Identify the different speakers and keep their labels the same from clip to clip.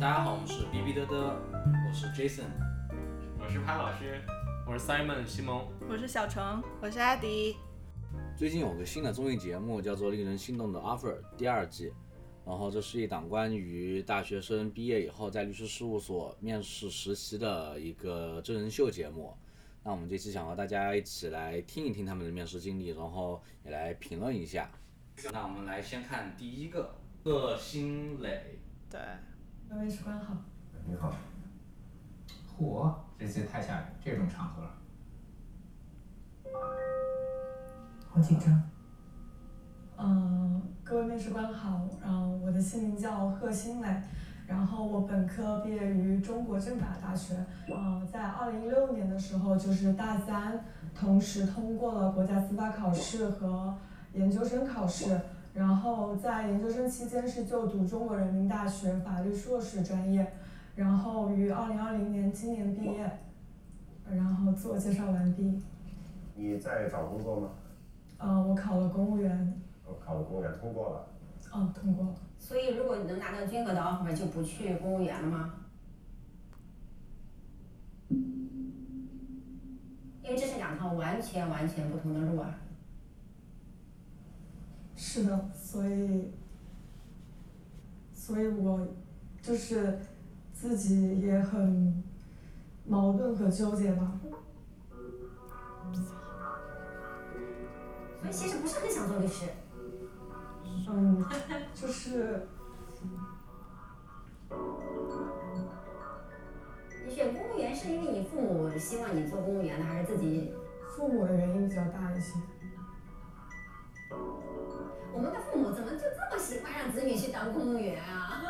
Speaker 1: 大家好，我们是哔哔嘚嘚，我是 Jason。
Speaker 2: 我是潘老师，
Speaker 3: 我是 Simon 西蒙，
Speaker 4: 我是小程，
Speaker 5: 我是阿迪，
Speaker 1: 最近有个新的综艺节目叫做《令人心动的 offer》第二季，然后这是一档关于大学生毕业以后在律师事务所面试实习的一个真人秀节目。那我们这期想和大家一起来听一听他们的面试经历，然后也来评论一下。那我们来先看第一个，贺新磊，
Speaker 5: 对，
Speaker 6: 各位主管好，
Speaker 7: 你好，
Speaker 8: 嚯，这次太吓人，这种场合，
Speaker 6: 好紧
Speaker 9: 啊
Speaker 6: 张。嗯，各位面试官好，嗯，我的姓名叫贺新磊，然后我本科毕业于中国政法大学，嗯，在二零一六年的时候就是大三，同时通过了国家司法考试和研究生考试，然后在研究生期间是就读中国人民大学法律硕士专业，然后于二零二零年今年毕业，然后自我介绍完毕。
Speaker 7: 你在找工作吗？
Speaker 6: 呃，我考了公务员，
Speaker 7: 我考了公务员通过了，
Speaker 6: 嗯、通过了。
Speaker 10: 所以，如果你能拿到军哥的 offer，就不去公务员了吗？因为这是两套完全完全不同的路啊。
Speaker 6: 是的，所以，所以我就是自己也很矛盾和纠结吧。
Speaker 10: 所以其实不是很想做律师。
Speaker 6: 嗯，就是
Speaker 10: 你选公务员是因为你父母希望你做公务员的，还是自己？
Speaker 6: 父母的原因比较大一些。
Speaker 10: 我们的父母怎么就这么喜欢让子女去当公务员啊？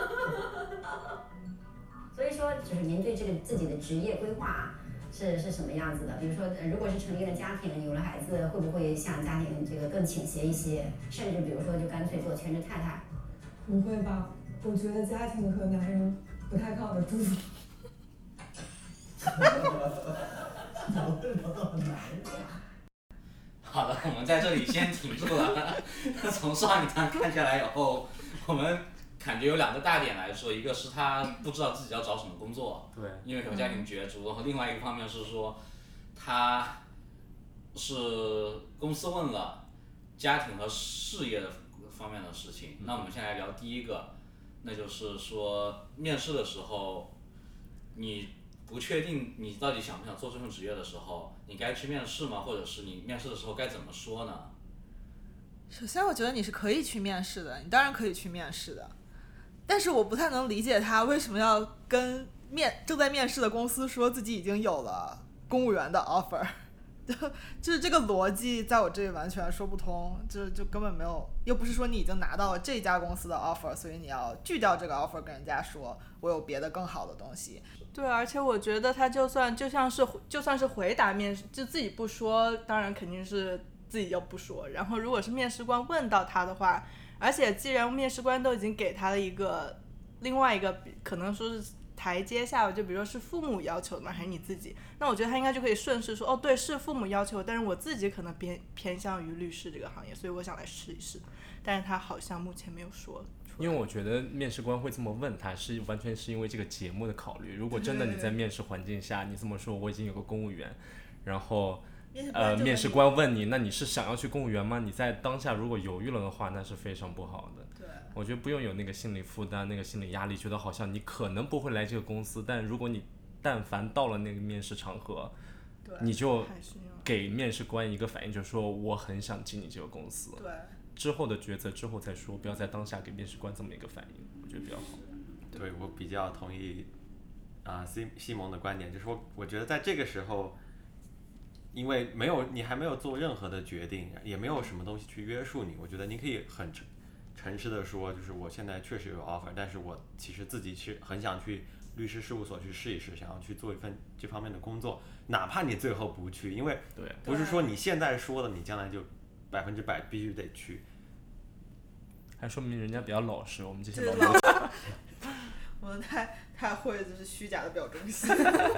Speaker 10: 所以说，就是您对这个自己的职业规划是是什么样子的？比如说，呃如果是成立了家庭，有了孩子，会不会向家庭这个更倾斜一些？甚至比如说，就干脆做全职太太？
Speaker 6: 不会吧？我觉得家庭和男人不太靠得住。
Speaker 1: 好的，我们在这里先停住了。那从上一章看下来以后，我们感觉有两个大点来说，一个是他不知道自己要找什么工作，
Speaker 3: 对，
Speaker 1: 因为和家庭角逐；然后另外一个方面是说，他是公司问了家庭和事业的方面的事情。那我们先来聊第一个，那就是说面试的时候，你不确定你到底想不想做这份职业的时候，你该去面试吗？或者是你面试的时候该怎么说呢？
Speaker 5: 首先，我觉得你是可以去面试的，你当然可以去面试的，但是我不太能理解他为什么要跟面正在面试的公司说自己已经有了公务员的 offer，就是这个逻辑在我这里完全说不通，就是就根本没有，又不是说你已经拿到了这家公司的 offer，所以你要拒掉这个 offer，跟人家说我有别的更好的东西，
Speaker 4: 对，而且我觉得他就算就像是就算是回答面试，就自己不说，当然肯定是自己就不说。然后如果是面试官问到他的话，而且既然面试官都已经给他了一个另外一个可能说是台阶下吧，就比如说是父母要求的嘛，还是你自己，那我觉得他应该就可以顺势说，哦，对，是父母要求，但是我自己可能偏偏向于律师这个行业，所以我想来试一试。但是他好像目前没有说出来。
Speaker 3: 因为我觉得面试官会这么问他是完全是因为这个节目的考虑。如果真的你在面试环境下，你这么说我已经有个公务员，然后呃面试官问你，那你是想要去公务员吗？你在当下如果犹豫了的话，那是非常不好的。
Speaker 5: 对。
Speaker 3: 我觉得不用有那个心理负担、那个心理压力，觉得好像你可能不会来这个公司，但如果你但凡到了那个面试场合，
Speaker 5: 对，
Speaker 3: 你就
Speaker 4: 还是要
Speaker 3: 给面试官一个反应，就是说我很想进你这个公司。
Speaker 5: 对。
Speaker 3: 之后的抉择之后再说，不要在当下给面试官这么一个反应，我觉得比较好。
Speaker 2: 对我比较同意啊、西西蒙的观点，就是我我觉得在这个时候，因为没有你还没有做任何的决定，也没有什么东西去约束你，我觉得你可以很诚诚实的说，就是我现在确实有 offer，但是我其实自己是很想去律师事务所去试一试，想要去做一份这方面的工作，哪怕你最后不去，因为
Speaker 3: 对
Speaker 2: 不是说你现在说了，你将来就百分之百必须得去，
Speaker 3: 还说明人家比较老实，我们这些
Speaker 5: 这
Speaker 3: 老
Speaker 5: 是
Speaker 3: 牛
Speaker 5: 我们太太会就是虚假的表忠 心。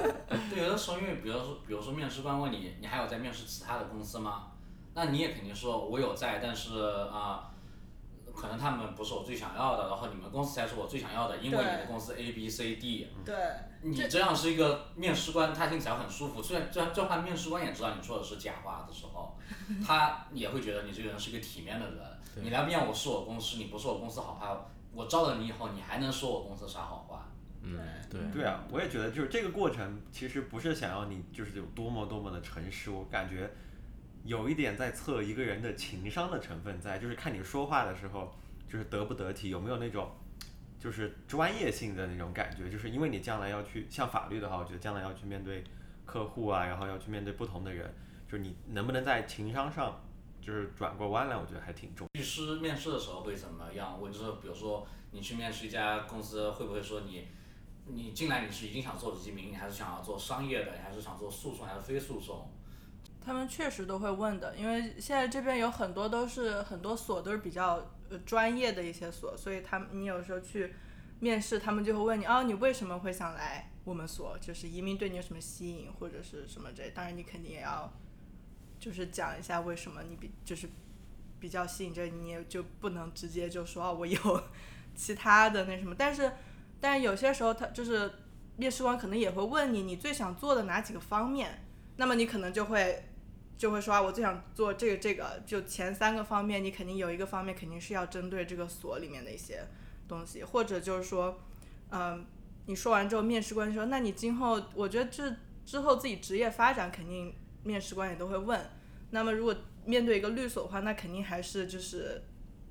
Speaker 1: 对，有的时候因为比如说，比如说面试官问你，你还有在面试其他的公司吗？那你也肯定说，我有在，但是啊、可能他们不是我最想要的，然后你们公司才是我最想要的，因为
Speaker 5: 对
Speaker 1: 你的公司 A B C D，
Speaker 5: 对，
Speaker 1: 你
Speaker 5: 这
Speaker 1: 这样是一个面试官，他听起来很舒服。虽然虽然就算面试官也知道你说的是假话的时 候，他也会觉得你这个人是个体面的人。你来面我是我公司，你不是我公司好话，我招了你以后，你还能说我公司啥好话？
Speaker 3: 嗯，对，
Speaker 2: 对啊，我也觉得就是这个过程，其实不是想要你就是有多么多么的诚实，我感觉有一点在测一个人的情商的成分在，就是看你说话的时候就是得不得体，有没有那种就是专业性的那种感觉，就是因为你将来要去像法律的话，我觉得将来要去面对客户啊，然后要去面对不同的人，就是你能不能在情商上就是转过弯来，我觉得还挺重要。
Speaker 1: 律师面试的时候会怎么样？我就是比如说你去面试一家公司，会不会说你你进来你是一定想做李继明，你还是想要做商业的，你还是想做诉讼还是非诉讼？
Speaker 4: 他们确实都会问的，因为现在这边有很多都是很多所都是比较呃专业的一些所，所以他们你有时候去面试，他们就会问你哦，你为什么会想来我们所？就是移民对你有什么吸引或者是什么这？当然你肯定也要就是讲一下为什么你比就是比较吸引这，你也就不能直接就说哦我有 其他的那什么，但是但有些时候他就是面试官可能也会问你你最想做的哪几个方面。那么你可能就会就会说啊，我最想做这个这个，就前三个方面，你肯定有一个方面肯定是要针对这个所里面的一些东西，或者就是说，嗯、你说完之后，面试官说，那你今后，我觉得这之后自己职业发展肯定面试官也都会问。那么如果面对一个律所的话，那肯定还是就是，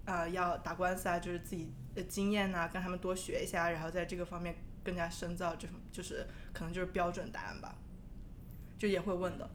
Speaker 4: 呃，要打官司啊，就是自己的经验呐、跟他们多学一下，然后在这个方面更加深造，这种就是可能就是标准答案吧，就也会问的。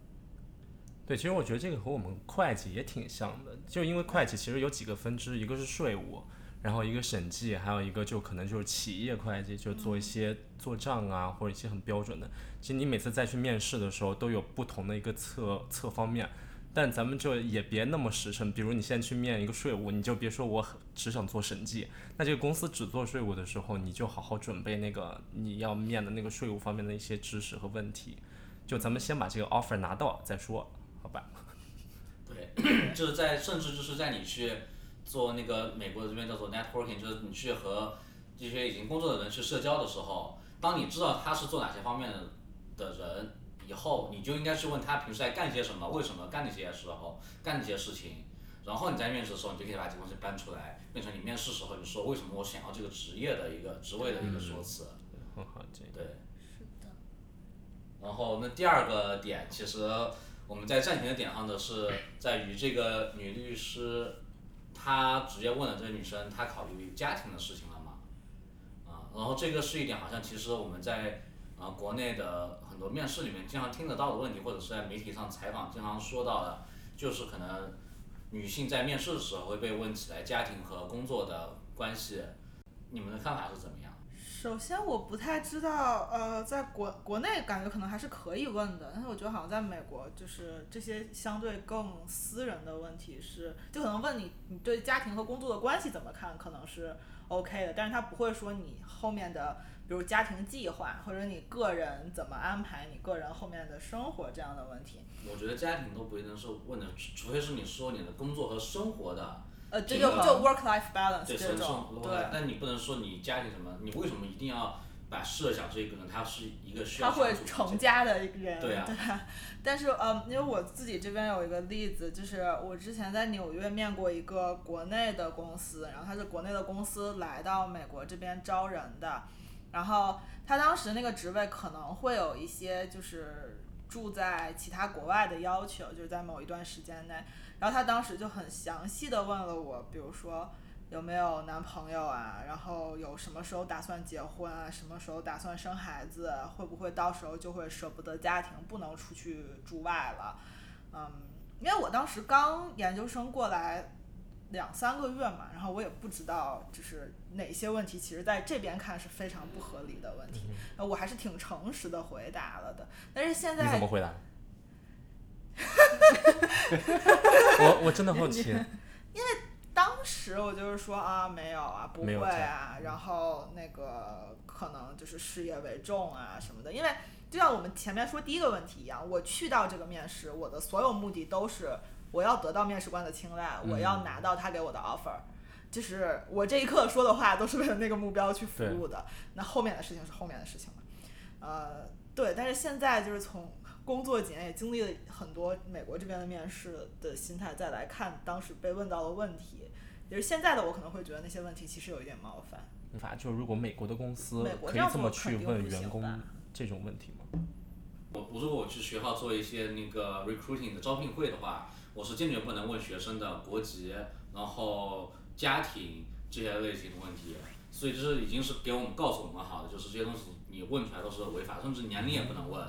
Speaker 3: 对，其实我觉得这个和我们会计也挺像的，就因为会计其实有几个分支，一个是税务，然后一个审计，还有一个就可能就是企业会计，就做一些做账啊，或者一些很标准的。其实你每次再去面试的时候，都有不同的一个侧侧方面。但咱们就也别那么实诚，比如你现在去面一个税务，你就别说我很只想做审计，那这个公司只做税务的时候，你就好好准备那个你要面的那个税务方面的一些知识和问题。就咱们先把这个 offer 拿到再说，好吧？
Speaker 1: 对， 就是在甚至就是在你去做那个美国这边叫做 networking，就是你去和这些已经工作的人去社交的时候，当你知道他是做哪些方面的的人以后，你就应该去问他平时在干些什么，为什么干这些时候干这些事情。然后你在面试的时候，你就可以把这个东西搬出来，变成你面试时候你说为什么我想要这个职业的一个职位的一个说辞。
Speaker 3: 很嗯好，这个
Speaker 1: 对，是的。然后那第二个点，其实我们在暂停的点上的是在于这个女律师，她直接问了这个女生，她考虑家庭的事情了吗？啊，然后这个是一点，好像其实我们在啊国内的很多面试里面经常听得到的问题，或者是在媒体上采访经常说到的，就是可能女性在面试的时候会被问起来家庭和工作的关系，你们的看法是怎么样？
Speaker 5: 首先我不太知道，呃，在国国内感觉可能还是可以问的，但是我觉得好像在美国，就是这些相对更私人的问题是，就可能问你你对家庭和工作的关系怎么看，可能是 OK 的，但是他不会说你后面的，比如家庭计划或者你个人怎么安排你个人后面的生活这样的问题，
Speaker 1: 我觉得家庭都不一定是问的，除除非是你说你的工作和生活的，
Speaker 5: 呃，这
Speaker 1: 这
Speaker 5: 就
Speaker 1: 个
Speaker 5: 就 work life balance
Speaker 1: 对
Speaker 5: 这
Speaker 1: 生
Speaker 5: 种
Speaker 1: 生，
Speaker 5: 对。
Speaker 1: 但你不能说你家庭什么，你为什么一定要把设想这个呢？它是一个需要
Speaker 5: 他会
Speaker 1: 相处的
Speaker 5: 成家的人，
Speaker 1: 对啊
Speaker 5: 吧但是嗯，因为我自己这边有一个例子，就是我之前在纽约面过一个国内的公司，然后他是国内的公司来到美国这边招人的，然后他当时那个职位可能会有一些就是住在其他国外的要求，就是在某一段时间内，然后他当时就很详细的问了我，比如说。有没有男朋友啊？然后有什么时候打算结婚啊？什么时候打算生孩子？啊会不会到时候就会舍不得家庭，不能出去住外了？嗯，因为我当时刚研究生过来两三个月嘛，然后我也不知道就是哪些问题，其实在这边看是非常不合理的问题，
Speaker 3: 嗯
Speaker 5: 呃我还是挺诚实的回答了的。但是现
Speaker 3: 你
Speaker 5: 在
Speaker 3: 怎么回 答？我我真的好 奇，
Speaker 5: 当时我就是说啊，没有啊，不
Speaker 3: 没有
Speaker 5: 会啊，然后那个可能就是事业为重啊什么的，因为就像我们前面说第一个问题一样，我去到这个面试，我的所有目的都是我要得到面试官的青睐，我要拿到他给我的 offer。就是我这一刻说的话都是为了那个目标去服务的，那后面的事情是后面的事情了。呃，对，但是现在就是从工作几年也经历了很多美国这边的面试的心态，再来看当时被问到的问题，就是现在的我可能会觉得那些问题其实有一点冒犯。
Speaker 3: 法就如果美国的公司
Speaker 5: 美国
Speaker 3: 可以
Speaker 5: 这样
Speaker 3: 这
Speaker 5: 做
Speaker 3: 么
Speaker 5: 肯
Speaker 3: 去
Speaker 5: 定
Speaker 3: 问
Speaker 5: 不行
Speaker 3: 员工
Speaker 5: 吧
Speaker 3: 这种问题吗？
Speaker 1: 我我如果我去学校做一些那个 recruiting 的招聘会的话，我是坚决不能问学生的国籍，然后家庭这些类型的问题。所以这是已经是给我们告诉我们好的，就是这些东西你问出来都是违法，甚至年龄也不能问。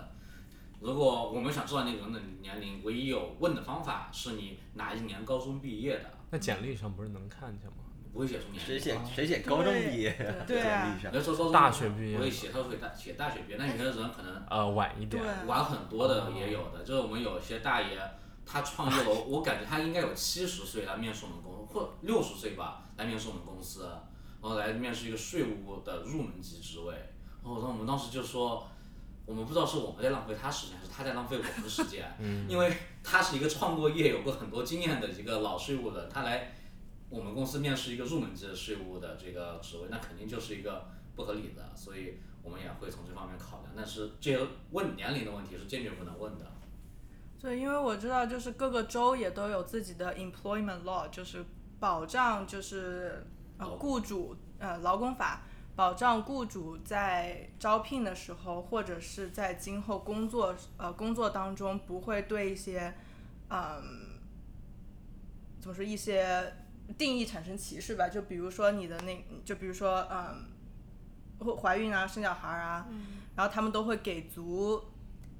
Speaker 1: 如果我们想知道那个人的年龄，唯一有问的方法是你哪一年高中毕业的，
Speaker 3: 那简历上不是能看见吗？
Speaker 1: 不会写出年龄。
Speaker 2: 谁写谁写高中毕业啊？
Speaker 5: 对
Speaker 2: 简
Speaker 5: 啊
Speaker 2: 历上
Speaker 1: 有的时候高中
Speaker 3: 大学毕业
Speaker 1: 不会写，他会大写大学毕业，那有些人可能
Speaker 3: 呃，晚一
Speaker 5: 对
Speaker 3: 点，，
Speaker 1: 晚很多的也有的，就是我们有些大爷，他创业了，我感觉他应该有七十岁来面试我们公司，或六十岁吧来面试我们公司，然后来面试一个税务的入门级职位，然后我们当时就说。我们不知道是我们在浪费他时间，还是他在浪费我们的时间。因为他是一个创过业、有过很多经验的一个老税务人，他来我们公司面试一个入门级的税务的这个职位，那肯定就是一个不合理的，所以我们也会从这方面考量。但是这个问年龄的问题是坚决不能问的。
Speaker 4: 对，因为我知道，就是各个州也都有自己的 employment law，就是保障，就是呃
Speaker 1: 劳
Speaker 4: 雇主呃劳工法保障雇主在招聘的时候，或者是在今后工作呃工作当中，不会对一些嗯怎么说一些定义产生歧视吧？就比如说你的那，就比如说嗯。或怀孕啊，生小孩啊，然后他们都会给足，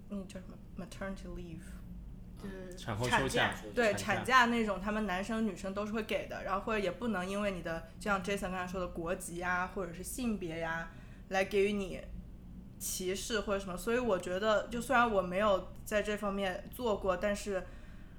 Speaker 4: 那叫什么 maternity leave，就是
Speaker 3: 啊产后
Speaker 4: 产
Speaker 3: 休假
Speaker 4: 对
Speaker 3: 产
Speaker 4: 产假那种，他们男生女生都是会给的，然后或者也不能因为你的，就像 Jason 刚才说的国籍呀，或者是性别呀，来给予你歧视或者什么。所以我觉得，就虽然我没有在这方面做过，但是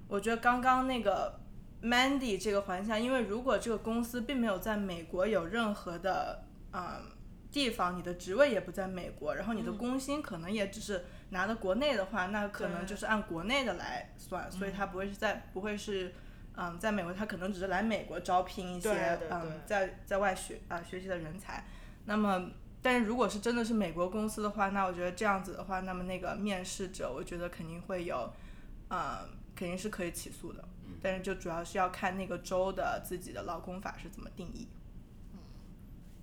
Speaker 4: 我觉得刚刚那个 Mandy 这个环下，因为如果这个公司并没有在美国有任何的嗯地方，你的职位也不在美国，然后你的工薪可能也只是拿的国内的话，那可能
Speaker 5: 对
Speaker 4: 就是按国内的来算，所以它不会是在不会是。嗯，在美国，他可能只是来美国招聘一些
Speaker 5: 对对对
Speaker 4: 嗯，在在外学啊、学习的人才。那么，但是如果是真的是美国公司的话，那我觉得这样子的话，那么那个面试者，我觉得肯定会有，呃，肯定是可以起诉的。但是就主要是要看那个州的自己的劳工法是怎么定义。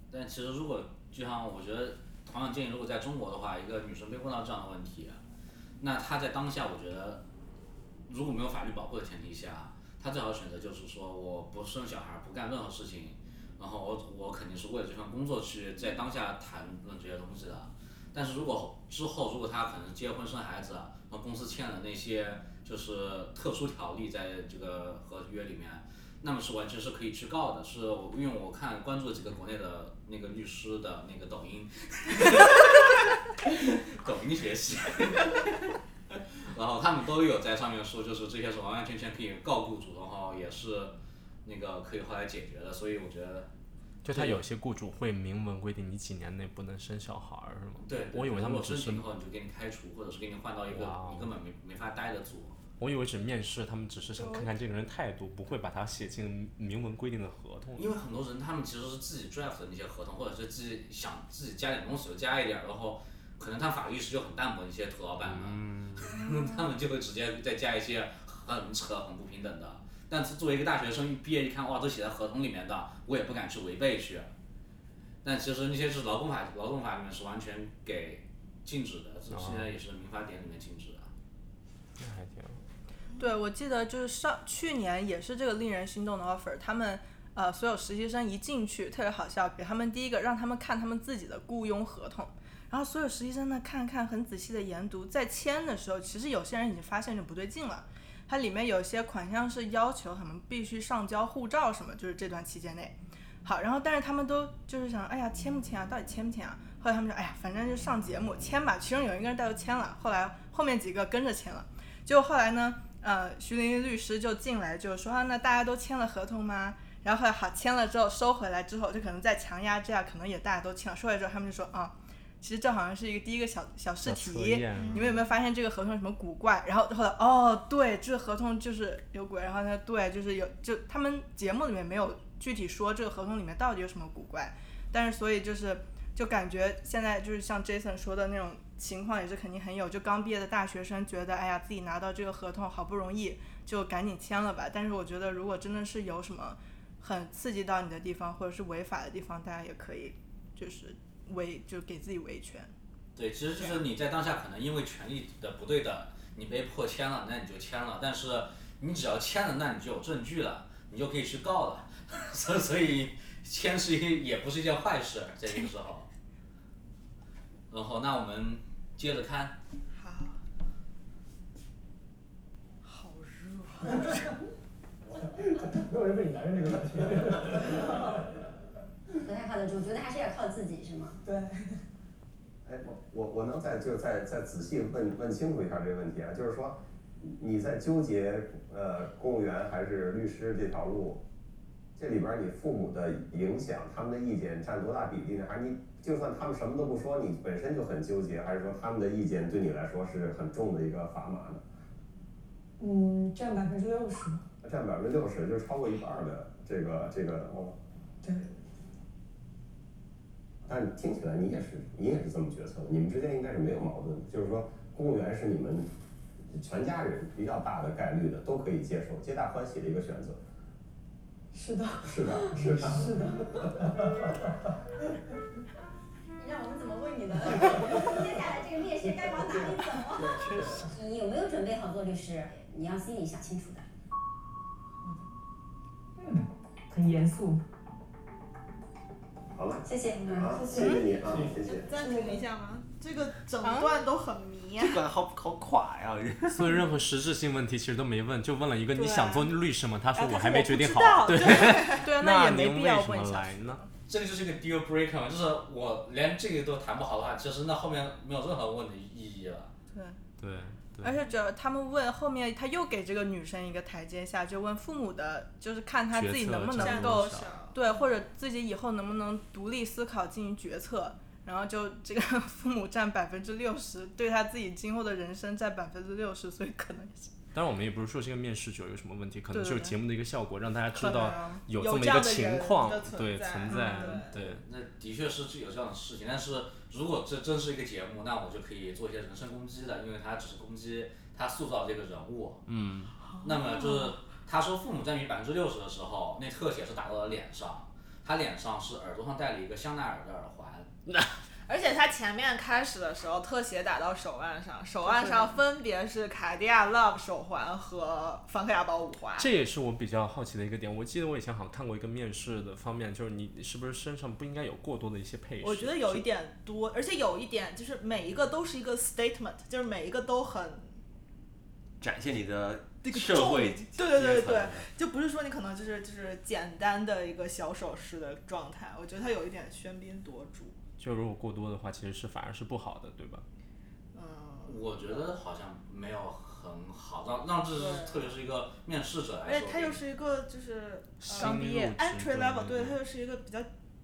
Speaker 1: 但其实如果就像我觉得同样建议，如果在中国的话，一个女生被问到这样的问题，那她在当下我觉得，如果没有法律保护的前提下，她最好的选择就是说我不生小孩，不干任何事情，然后我我肯定是为了这份工作去在当下谈论这些东西的。但是如果之后如果她可能结婚生孩子，然后公司签了那些就是特殊条例在这个合约里面，那么是完全是可以去告的，是我因为我看关注了几个国内的那个律师的那个抖音，抖音学习， 然后他们都有在上面说，就是这些是完完全全可以告雇主，然后也是那个可以后来解决的，所以我觉得
Speaker 3: 就他有些雇主会明文规定你几年内不能生小孩儿，是吗？
Speaker 1: 对，
Speaker 3: 我以为他们
Speaker 1: 申
Speaker 3: 只是
Speaker 1: 请，后你就给你开除，或者是给你换到一个
Speaker 3: 哇哦
Speaker 1: 你根本没没法待的组。
Speaker 3: 我以为只面试，他们只是想看看这个人态度，不会把他写进明文规定的合同。
Speaker 1: 因为很多人他们其实是自己 draft 的那些合同，或者是自己想自己加点东西就加一点，然后可能他法律意识就很淡薄，那些土老板们，
Speaker 3: 嗯
Speaker 1: 他们就会直接再加一些很扯、很不平等的。但是作为一个大学生，一毕业一看，哇，都写在合同里面的，我也不敢去违背去。但其实那些是劳动法，劳动法里面是完全给禁止的，这现在也是民法典里面禁止的。
Speaker 3: 啊那还挺好，
Speaker 4: 对，我记得就是上去年也是这个令人心动的 offer，他们呃所有实习生一进去特别好笑，给他们第一个让他们看他们自己的雇佣合同，然后所有实习生呢看看很仔细的研读，在签的时候，其实有些人已经发现就不对劲了。它里面有些款项是要求他们必须上交护照什么，就是这段期间内。好，然后但是他们都就是想，哎呀，签不签啊？到底签不签啊？后来他们说，哎呀，反正就上节目签吧。其中有一个人带头签了，后来后面几个跟着签了。结果后来呢，呃，徐玲律师就进来就说啊，那大家都签了合同吗？然后后来好签了之后收回来之后，就可能再强压之下，可能也大家都签了。收回来之后，他们就说啊、其实这好像是一个第一个小小试
Speaker 3: 小
Speaker 4: 题，
Speaker 3: 测验
Speaker 4: 你们有没有发现这个合同有什么古怪？然后后来哦，对，这个合同就是有鬼。然后呢，对，就是有，就他们节目里面没有具体说这个合同里面到底有什么古怪。但是所以就是就感觉现在就是像 Jason 说的那种情况也是肯定很有，就刚毕业的大学生觉得哎呀自己拿到这个合同好不容易就赶紧签了吧。但是我觉得如果真的是有什么很刺激到你的地方或者是违法的地方，大家也可以就是维就给自己维权。
Speaker 1: 对，其实就是你在当下可能因为权利的不对等，你被迫签了，那你就签了。但是你只要签了，那你就有证据了，你就可以去告了。 所以所以签是一也不是一件坏事，在这个时候。然后，那我们接着看，
Speaker 4: 好，
Speaker 5: 好热。
Speaker 7: 没有人问你男人这个问题。
Speaker 10: 不太靠得住，觉嗯得还是要靠自己，是吗？
Speaker 5: 对，
Speaker 7: 哎，我我我能再就再再仔细问问清楚一下这个问题啊，就是说你在纠结呃公务员还是律师这条路，这里边儿你父母的影响，他们的意见占多大比例呢？还是你就算他们什么都不说，你本身就很纠结，还是说他们的意见对你来说是很重的一个砝码呢？
Speaker 11: 嗯，占百分之六十。
Speaker 7: 占百分之六十，就是超过一半儿的这个这个哦。
Speaker 11: 对，
Speaker 7: 但是听起来你也是你也是这么决策的，你们之间应该是没有矛盾的，就是说公务员是你们全家人比较大的概率的都可以接受，皆大欢喜的一个选择。
Speaker 11: 是的，
Speaker 7: 是 的，是的。
Speaker 11: 是的。
Speaker 10: 你让我们怎么问 你呢？接下来这个面试该往哪里走？你有没有准备好做律师？你要心里想清楚的。
Speaker 11: 很严肃。
Speaker 7: 好了，
Speaker 10: 谢谢你
Speaker 7: 啊，谢谢你啊，谢谢。
Speaker 5: 暂停一下吗？这个整段都很迷、啊。
Speaker 2: 这个好好垮呀、
Speaker 3: 所以任何实质性问题其实都没问，就问了一个你
Speaker 4: 对
Speaker 3: 想做律师吗？他说
Speaker 4: 然后他
Speaker 3: 还
Speaker 4: 说
Speaker 3: 没
Speaker 4: 我
Speaker 3: 决
Speaker 4: 不
Speaker 3: 定
Speaker 4: 知
Speaker 3: 好，
Speaker 4: 道
Speaker 3: 对，
Speaker 4: 对啊，
Speaker 3: 那
Speaker 4: 也没
Speaker 3: 您
Speaker 4: 必
Speaker 3: 为
Speaker 4: 要
Speaker 3: 什
Speaker 4: 问
Speaker 3: 么
Speaker 4: 下
Speaker 3: 来
Speaker 4: 去。
Speaker 3: 呢？
Speaker 1: 这个就是一个 deal breaker 嘛，就是我连这个都谈不好的话，其实那后面没有任何问题意义了。
Speaker 4: 对。
Speaker 3: 对
Speaker 4: 而
Speaker 3: 对，
Speaker 4: 且主要他们问后面，他又给这个女生一个台阶下，就问父母的，就是看他自己能不
Speaker 3: 决策
Speaker 4: 能
Speaker 3: 占
Speaker 4: 够
Speaker 3: 多少
Speaker 4: 对，或者自己以后能不能独立思考、进行决策。然后就这个 父母占百分之六十，对他自己今后的人生占百分之六十，所以可能是
Speaker 3: 当然我们也不是说这个面试者有什么问题，可能
Speaker 4: 对
Speaker 3: 就是
Speaker 4: 对
Speaker 3: 节目的一个效果，让大家知
Speaker 5: 可
Speaker 3: 道
Speaker 5: 能
Speaker 3: 有这
Speaker 5: 有
Speaker 3: 么一
Speaker 5: 这
Speaker 3: 个
Speaker 5: 样的人
Speaker 3: 情
Speaker 5: 的
Speaker 3: 况，
Speaker 5: 存
Speaker 3: 对
Speaker 5: 在
Speaker 3: 存
Speaker 5: 嗯
Speaker 3: 在，
Speaker 5: 对
Speaker 3: 对
Speaker 1: 那的确是是有这样的事情，但是如果这真是一个节目，那我就可以做一些人身攻击的，因为他只是攻击他塑造这个人物。
Speaker 3: 嗯，
Speaker 1: 那么就是他说父母占比百分之六十的时候，那特写是打到了脸上，他脸上是耳朵上戴了一个香奈儿的耳环，
Speaker 5: 而且他前面开始的时候，特写打到手腕上，手腕上分别是卡地亚 Love 手环和梵克雅宝五环。
Speaker 3: 这也是我比较好奇的一个点。我记得我以前好像看过一个面试的方面，就是你是不是身上不应该有过多的一些配饰？
Speaker 5: 我觉得有
Speaker 3: 是
Speaker 5: 一点多，而且有一点就是每一个都是一个 statement，就是每一个都很
Speaker 2: 展现你的
Speaker 5: 这个
Speaker 2: 社会
Speaker 5: 重对对对对
Speaker 2: 阶层
Speaker 5: 对，就不是说你可能就是就是简单的一个小首饰的状态。我觉得他有一点喧宾夺主，
Speaker 3: 就如果过多的话，其实是反而是不好的，对吧？
Speaker 5: 嗯，
Speaker 1: 我觉得好像没有很好，让让这是
Speaker 5: 对
Speaker 1: 特别是一个面试者
Speaker 5: 而
Speaker 1: 来
Speaker 5: 且
Speaker 1: 说，
Speaker 5: 他又是一个就是
Speaker 3: 新
Speaker 5: 呃
Speaker 4: 刚毕业
Speaker 3: 入职
Speaker 5: entry
Speaker 3: 对
Speaker 5: level，
Speaker 3: 对
Speaker 5: 对，他又是一个比较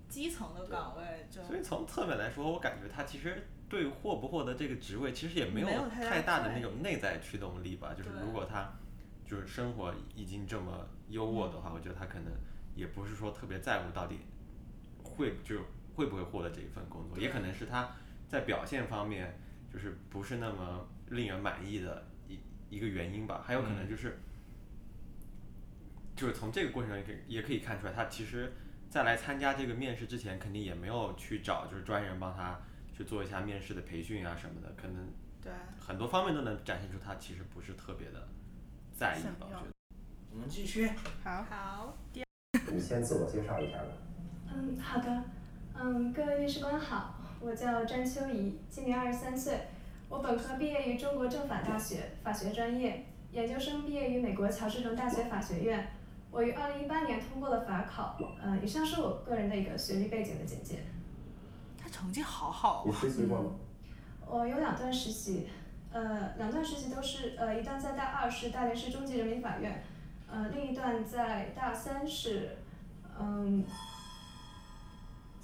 Speaker 5: 基层的岗位，就
Speaker 2: 所以从侧面来说，我感觉他其实对获不获得这个职位，其实也没
Speaker 5: 没有太
Speaker 2: 太大
Speaker 5: 大
Speaker 2: 的
Speaker 5: 作
Speaker 2: 那
Speaker 5: 用
Speaker 2: 种内在驱动力吧。就是
Speaker 5: 对
Speaker 2: 如果他就是生活已经这么优渥的话，
Speaker 5: 嗯
Speaker 2: 我觉得他可能也不是说特别在乎到底会就会不会获得这一份工作，也可能是他在表现方面就是不是那么令人满意的一一个原因吧。还有可能就是、就是从这个过程也可以也可以看出来，他其实在来参加这个面试之前，肯定也没有去找就是专人帮他去做一下面试的培训啊什么的，可能
Speaker 5: 对。
Speaker 2: 很多方面都能展现出他其实不是特别的在意
Speaker 4: 想
Speaker 2: 吧。我
Speaker 4: 要
Speaker 2: 觉得
Speaker 1: 我们继续。
Speaker 4: 好。
Speaker 5: 好，
Speaker 7: 你先自我介绍一下吧。
Speaker 11: 嗯，好的。嗯，各位面试官好，我叫詹秋怡，今年二十三岁，我本科毕业于中国政法大学法学专业，研究生毕业于美国乔治城大学法学院。我于二零一八年通过了法考。呃，以上是我个人的一个学历背景的简介。
Speaker 5: 他成绩好好啊
Speaker 7: 你，实习过吗？
Speaker 11: 我有两段实习，呃，两段实习都是呃，一段在大二是大连市中级人民法院，呃，另一段在大三是，嗯，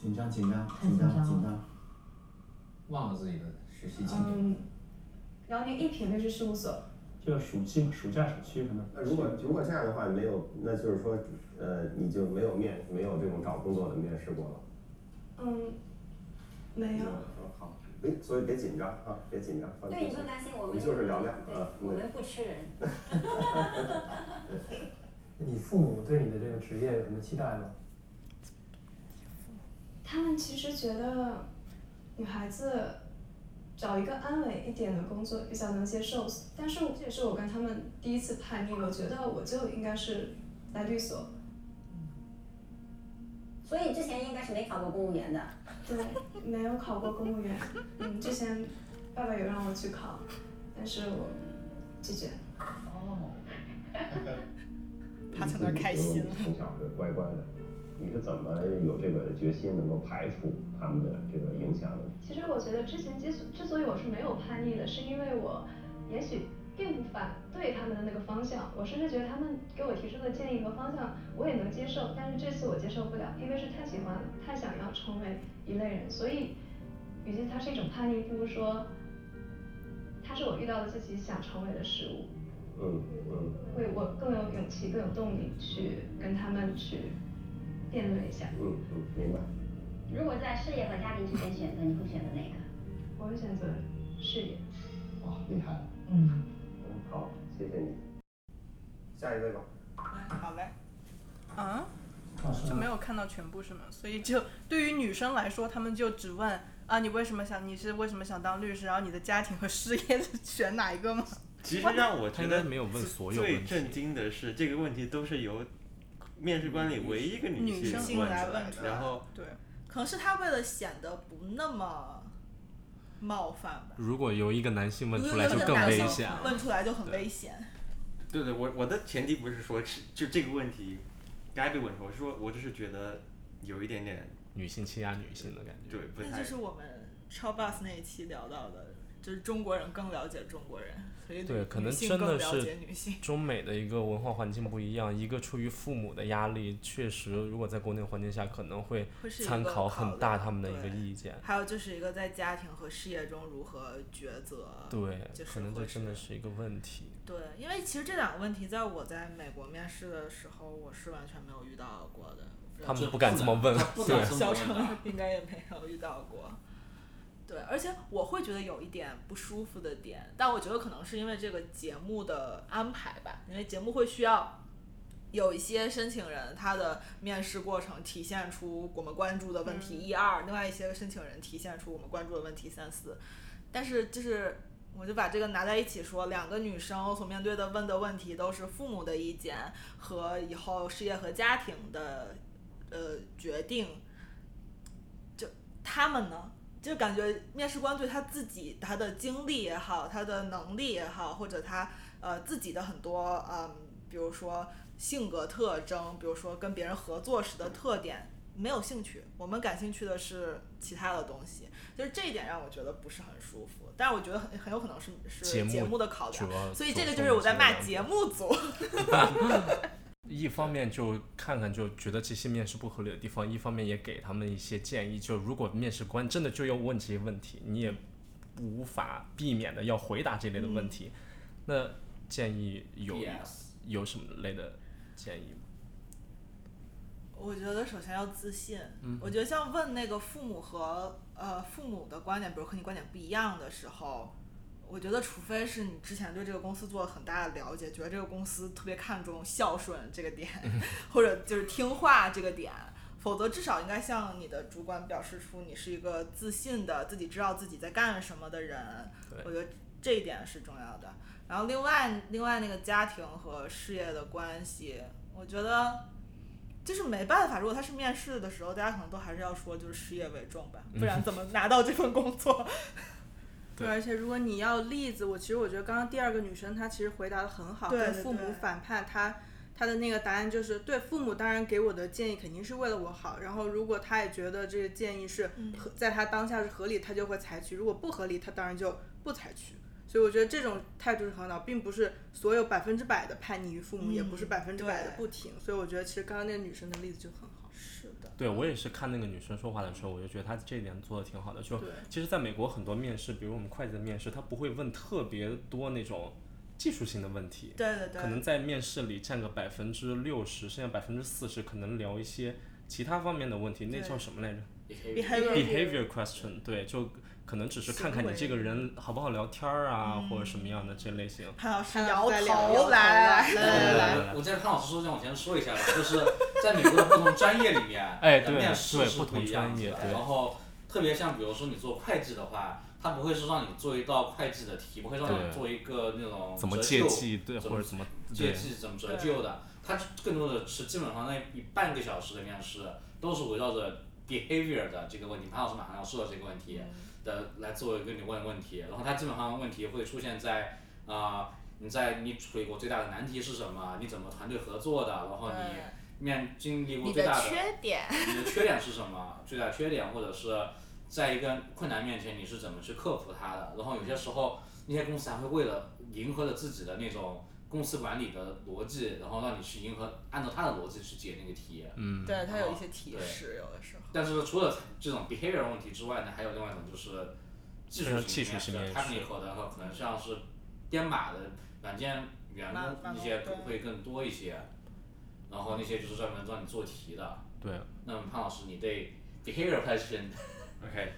Speaker 12: 紧张，紧张，
Speaker 11: 太
Speaker 12: 紧
Speaker 11: 紧张
Speaker 12: 张，
Speaker 11: 了
Speaker 12: 紧张。
Speaker 13: 忘了自己的实习经历。
Speaker 11: 嗯嗯，辽宁一品律师事务所，
Speaker 12: 这个暑期和暑假是区分的。
Speaker 7: 那如果如果这样的话，没有，那就是说，呃，你就没有面没有这种找工作的面试过了。
Speaker 11: 嗯，没有。
Speaker 7: 嗯，好，别所以别紧张啊，别紧张，放
Speaker 10: 对，
Speaker 7: 心
Speaker 10: 你。不用担心，我
Speaker 7: 我
Speaker 10: 们
Speaker 7: 们就是聊聊
Speaker 10: 对
Speaker 7: 啊
Speaker 10: 我
Speaker 7: 对
Speaker 10: 们不吃人。
Speaker 12: 你父母对你的这个职业有什么期待吗？
Speaker 11: 他们其实觉得女孩子找一个安稳一点的工作比较能接受，但是这也是我跟他们第一次叛逆，我觉得我就应该是来律所，
Speaker 10: 所以之前应该是没考过公务员的。
Speaker 11: 对，没有考过公务员，嗯，之前爸爸有让我去考，但是我拒绝。
Speaker 7: 哦。
Speaker 5: 他从那儿开心了。
Speaker 7: 从小是乖乖的，你是怎么有这个决心能够排除他们的这个影响的？
Speaker 11: 其实我觉得之前之所之所以我是没有叛逆的，是因为我也许并不反对他们的那个方向，我甚至觉得他们给我提出的建议和方向我也能接受，但是这次我接受不了，因为是太喜欢了，太想要成为一类人，所以与其它是一种叛逆，不如说它是我遇到的自己想成为的事物，
Speaker 7: 嗯嗯。
Speaker 11: 会我更有勇气、更有动力去跟他们去辩论一下。
Speaker 7: 嗯嗯，明白。
Speaker 10: 如果在事业和家庭之间选择，你会选择哪个？
Speaker 11: 我会选择事业。
Speaker 12: 哇，厉害！
Speaker 10: 嗯，
Speaker 7: 嗯，好，谢谢你。下一位吧。
Speaker 5: 好嘞，
Speaker 4: 啊，
Speaker 12: 老师
Speaker 4: 就没有看到全部是吗？所以就对于女生来说，她们就只问啊，你为什么想，你是为什么想当律师？然后你的家庭和事业 是选哪一个吗？
Speaker 2: 其实让我
Speaker 3: 他
Speaker 2: 觉
Speaker 3: 应该
Speaker 2: 得
Speaker 3: 没有问所有
Speaker 2: 最
Speaker 3: 问
Speaker 2: 震
Speaker 3: 题。
Speaker 2: 惊的是，这个问题都是由面试官里唯一一个
Speaker 4: 女
Speaker 2: 性
Speaker 4: 生
Speaker 2: 问
Speaker 4: 来
Speaker 2: 出
Speaker 4: 问
Speaker 2: 来
Speaker 4: 出
Speaker 2: 的，
Speaker 4: 来
Speaker 2: 然后
Speaker 4: 对，
Speaker 5: 啊可能是他为了显得不那么冒犯吧。
Speaker 3: 如果由一个男性问出来，
Speaker 5: 如
Speaker 3: 就
Speaker 5: 果有
Speaker 3: 更
Speaker 5: 个男
Speaker 3: 危
Speaker 5: 生
Speaker 3: 险。
Speaker 5: 问出来就很危险。
Speaker 2: 对对，我我的前提不是说是就这个问题该被问出来，我是说我只是觉得有一点点
Speaker 3: 女性欺压女性的感觉。
Speaker 2: 对不
Speaker 5: 那
Speaker 2: 太
Speaker 5: 就是我们超 bus 那一期聊到的，就是中国人更了解中国人，所以
Speaker 3: 对
Speaker 5: 女
Speaker 3: 可能
Speaker 5: 女性
Speaker 3: 真的
Speaker 5: 更了
Speaker 3: 是
Speaker 5: 解女性。
Speaker 3: 中美的一个文化环境不一样，一个出于父母的压力，确实如果在国内环境下，可能会
Speaker 5: 会是一个
Speaker 3: 参考很大他们的一
Speaker 5: 考
Speaker 3: 个
Speaker 5: 量对
Speaker 3: 意见。
Speaker 5: 还有就是一个在家庭和事业中如何抉择，
Speaker 3: 对，
Speaker 5: 就是
Speaker 3: 可能这
Speaker 5: 会
Speaker 3: 真的是一个问题。
Speaker 5: 对，因为其实这两个问题在我在美国面试的时候，我是完全没有遇到过的。
Speaker 3: 他们
Speaker 1: 这
Speaker 3: 不敢这么问
Speaker 1: 他不敢这么
Speaker 5: 小
Speaker 1: 问的
Speaker 5: 城应该也没有遇到过。对，而且我会觉得有一点不舒服的点，但我觉得可能是因为这个节目的安排吧，因为节目会需要有一些申请人他的面试过程体现出我们关注的问题一二、另外一些申请人体现出我们关注的问题三四，但是就是我就把这个拿在一起说，两个女生所面对的问的问题都是父母的意见和以后事业和家庭的呃决定，就他们呢，就感觉面试官对他自己他的经历也好，他的能力也好，或者他呃自己的很多嗯，比如说性格特征，比如说跟别人合作时的特点。没有兴趣，我们感兴趣的是其他的东西，就是这一点让我觉得不是很舒服。但是我觉得很很有可能是是
Speaker 3: 节目
Speaker 5: 目的考量
Speaker 3: 主，要
Speaker 5: 所以这个
Speaker 3: 着
Speaker 5: 就是
Speaker 3: 重
Speaker 5: 我在
Speaker 3: 这
Speaker 5: 骂
Speaker 3: 两
Speaker 5: 节
Speaker 3: 点。
Speaker 5: 目组。
Speaker 3: 一方面就看看，就觉得这些面试不合理的地方；一方面也给他们一些建议。就如果面试官真的就要问这些问题，你也无法避免的要回答这类的问
Speaker 5: 嗯
Speaker 3: 题，那建议有
Speaker 1: Yes。
Speaker 3: 有什么类的建议吗？
Speaker 5: 我觉得首先要自信。我觉得像问那个父母和呃父母的观点，比如和你观点不一样的时候，我觉得除非是你之前对这个公司做了很大的了解，觉得这个公司特别看重孝顺这个点，或者就是听话这个点。否则，至少应该向你的主管表示出你是一个自信的、自己知道自己在干什么的人。
Speaker 3: 对
Speaker 5: 我觉得这一点是重要的。然后，另外另外那个家庭和事业的关系，我觉得就是没办法，如果他是面试的时候，大家可能都还是要说就是事业为重吧，
Speaker 1: 嗯
Speaker 5: 不然怎么拿到这份工作？
Speaker 3: 对
Speaker 4: 对，而且如果你要例子，我其实我觉得刚刚第二个女生她其实回答的很好，
Speaker 5: 对
Speaker 4: 跟
Speaker 5: 对
Speaker 4: 父母
Speaker 5: 对
Speaker 4: 反叛，她她的那个答案就是对父母当然给我的建议肯定是为了我好，然后如果她也觉得这个建议是
Speaker 5: 嗯
Speaker 4: 合，在她当下是合理，她就会采取；如果不合理，她当然就不采取。所以我觉得这种态度是很好，并不是所有百分之百的叛逆于父母，也不是百分之百的
Speaker 5: 嗯对
Speaker 4: 不听。所以我觉得其实刚刚那个女生的例子就很好。
Speaker 5: 是的，
Speaker 3: 对我也是看那个女生说话的时候，我就觉得她这一点做的挺好的。就
Speaker 5: 对
Speaker 3: 其实，在美国很多面试，比如我们会计的面试，他不会问特别多那种技术性的问题。
Speaker 4: 对对对，
Speaker 3: 可能在面试里占个百分之六十，剩下百分之四十可能聊一些其他方面的问题，那
Speaker 4: 对
Speaker 3: 叫什么来着
Speaker 4: behavior
Speaker 3: ？behavior question，对，就可能只是看看你这个人好不好聊天儿啊，
Speaker 4: 嗯
Speaker 3: 或者什么样的这类型。
Speaker 5: 潘老师
Speaker 4: 潘老
Speaker 5: 摇
Speaker 4: 师在聊摇
Speaker 5: 头，
Speaker 4: 头
Speaker 5: 来来 来来来，
Speaker 1: 呃，我在潘老师说之前，我先说一下吧，就是在美国的不同专业里面，
Speaker 3: 哎
Speaker 1: 的
Speaker 3: 对
Speaker 1: 面试
Speaker 3: 对
Speaker 1: 是
Speaker 3: 不同
Speaker 1: 一样
Speaker 3: 专业
Speaker 1: 的。
Speaker 3: 对
Speaker 1: 然后特别像比如说你做会计的话，他不会是让你做一道会计的题，不会让
Speaker 3: 对
Speaker 1: 你做一个那种
Speaker 3: 怎么
Speaker 1: 折
Speaker 3: 借
Speaker 1: 旧
Speaker 3: 记对，
Speaker 1: 怎
Speaker 3: 或
Speaker 1: 么
Speaker 3: 者怎么
Speaker 1: 借
Speaker 3: 对
Speaker 1: 记怎么折旧的，它更多的是基本上那一半个小时的面试都是围绕着 behavior 的这个问题，潘老师马上要说的这个问题
Speaker 5: 嗯
Speaker 1: 的来作为跟你问问题，然后它基本上问题会出现在啊、你在你处理过最大的难题是什么？你怎么团队合作的？然后你面经历过
Speaker 14: 你
Speaker 1: 最
Speaker 14: 的
Speaker 1: 大的
Speaker 14: 缺 点，
Speaker 1: 你的缺点是什么？最大的缺点，或者是在一个困难面前你是怎么去克服它的？然后有些时候，那些公司还会为了迎合了自己的那种公司管理的逻辑，然后让你去迎合，按照他的逻辑去解那个题。
Speaker 3: 嗯，
Speaker 5: 对他有一些
Speaker 1: 哦
Speaker 5: 提
Speaker 1: 对
Speaker 5: 示，有的时候。
Speaker 1: 但是除了这种 behavior 问题之外呢，还有另外一种就是技术
Speaker 3: 技术
Speaker 1: 型
Speaker 3: 型
Speaker 1: 面
Speaker 3: 面
Speaker 1: 试，
Speaker 3: 试
Speaker 1: 他们以后的话可能像是编码的软件员
Speaker 5: 码码
Speaker 1: 工一些
Speaker 5: 农对
Speaker 1: 会更多一些，然后那些就是专门让你做题的。
Speaker 3: 对，
Speaker 1: 那么潘老师，你对 behavior question
Speaker 2: OK，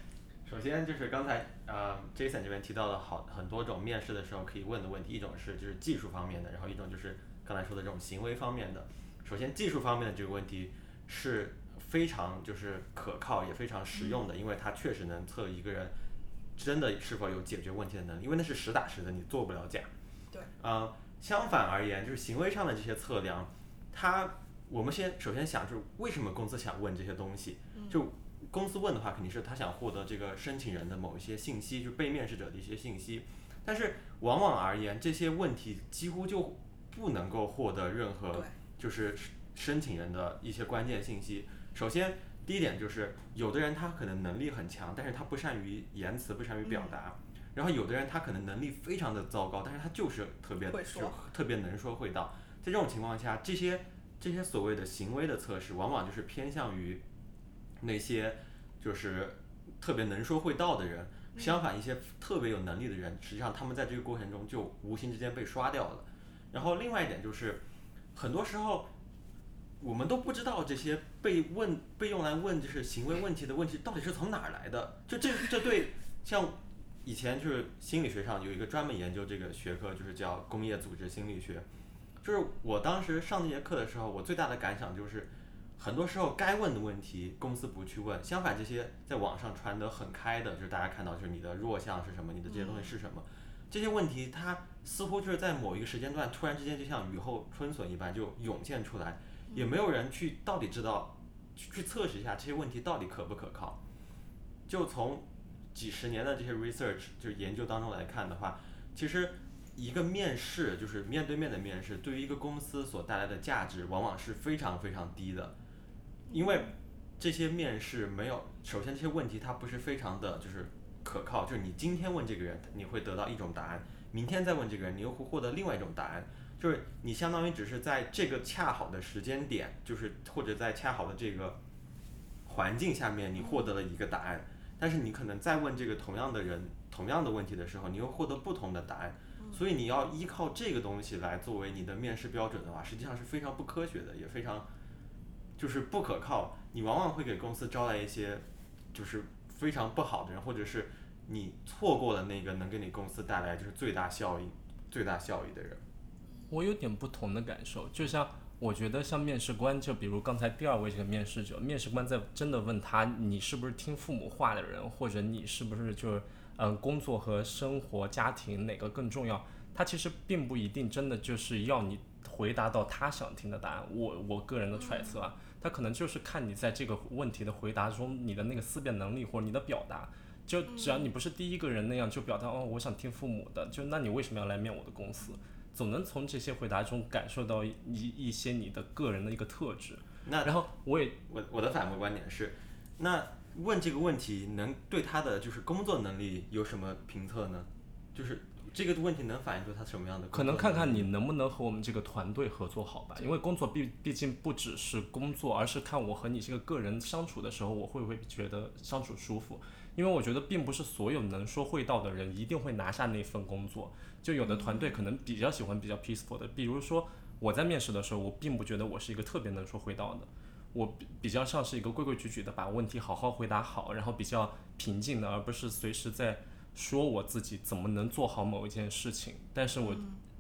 Speaker 2: 首先就是刚才呃 Jason 这边提到了好很多种面试的时候可以问的问题，一种是就是技术方面的，然后一种就是刚才说的这种行为方面的。首先技术方面的这个问题是非常就是可靠也非常实用
Speaker 5: 嗯
Speaker 2: 的，因为它确实能测一个人真的是否有解决问题的能力，因为那是实打实的，你做不了假。
Speaker 5: 对。
Speaker 2: 呃，相反而言，就是行为上的这些测量，它我们先首先想就是为什么公司想问这些东西，就公司问的话，肯定是他想获得这个申请人的某一些信息，就被面试者的一些信息。但是往往而言，这些问题几乎就不能够获得任何
Speaker 5: 对
Speaker 2: 就是申申请人的一些关键信息。首先，第一点就是有的人他可能能力很强，但是他不善于言辞，不善于表达。
Speaker 5: 嗯
Speaker 2: 然后有的人他可能能力非常的糟糕，但是他就是特别
Speaker 5: 会说
Speaker 2: 就特别能说会道。在这种情况下，这些这些所谓的行为的测试，往往就是偏向于那些就是特别能说会道的人。相反，一些特别有能力的人，实际上他们在这个过程中就无形之间被刷掉了。然后另外一点就是，很多时候我们都不知道这些被问被用来问就是行为问题的问题到底是从哪儿来的。就这这对像以前就是心理学上有一个专门研究这个学科，就是叫工业组织心理学。就是我当时上那节课的时候，我最大的感想就是，很多时候该问的问题公司不去问，相反这些在网上传得很开的，就是大家看到就是你的弱项是什么，你的这些东西是什么，这些问题它似乎就是在某一个时间段突然之间就像雨后春笋一般就涌现出来，也没有人去到底知道去去测试一下这些问题到底可不可靠。就从几十年的这些 research 就是研究当中来看的话，其实一个面试就是面对面的面试，对于一个公司所带来的价值往往是非常非常低的，因为这些面试没有，首先这些问题它不是非常的就是可靠，就是你今天问这个人，你会得到一种答案，明天再问这个人，你又会获得另外一种答案。就是你相当于只是在这个恰好的时间点，就是或者在恰好的这个环境下面，你获得了一个答案，但是你可能再问这个同样的人同样的问题的时候，你又获得不同的答案，所以你要依靠这个东西来作为你的面试标准的话，实际上是非常不科学的，也非常就是不可靠。你往往会给公司招来一些就是非常不好的人，或者是你错过了那个能给你公司带来就是最大效益、最大效益的人。
Speaker 3: 我有点不同的感受，就像我觉得像面试官，就比如刚才第二位这个面试者，面试官在真的问他你是不是听父母话的人，或者你是不是就是嗯、呃工作和生活、家庭哪个更重要，他其实并不一定真的就是要你回答到他想听的答案。我我个人的揣测啊，他可能就是看你在这个问题的回答中你的那个思辨能力或者你的表达。就只要你不是第一个人那样就表达哦，我想听父母的，就那你为什么要来面我的公司？总能从这些回答中感受到一一些你的个人的一个特质。
Speaker 2: 那
Speaker 3: 然后我也
Speaker 2: 我我的反驳观点是，那问这个问题能对他的就是工作能力有什么评测呢？就是这个问题能反映出他什么样的工作
Speaker 3: 可能看看你能不能和我们这个团队合作好吧，因为工作毕毕竟不只是工作，而是看我和你这个个人相处的时候，我会不会觉得相处舒服。因为我觉得并不是所有能说会道的人一定会拿下那份工作，就有的团队可能比较喜欢比较 peaceful 的，比如说我在面试的时候，我并不觉得我是一个特别能说会道的，我比比较像是一个规规矩矩的把问题好好回答好，然后比较平静的，而不是随时在说我自己怎么能做好某一件事情，但是我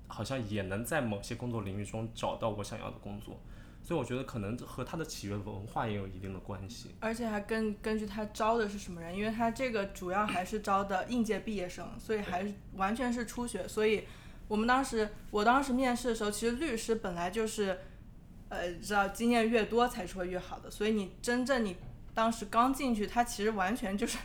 Speaker 3: 好像也能在某些工作领域中找到我想要的工作，所以我觉得可能和他的企业文化也有一定的关系。
Speaker 4: 而且还根根据他招的是什么人，因为他这个主要还是招的应届毕业生，所以还是完全是初学。所以我们当时，我当时面试的时候，其实律师本来就是，呃，知道经验越多才是会越好的。所以你真正你当时刚进去，他其实完全就是，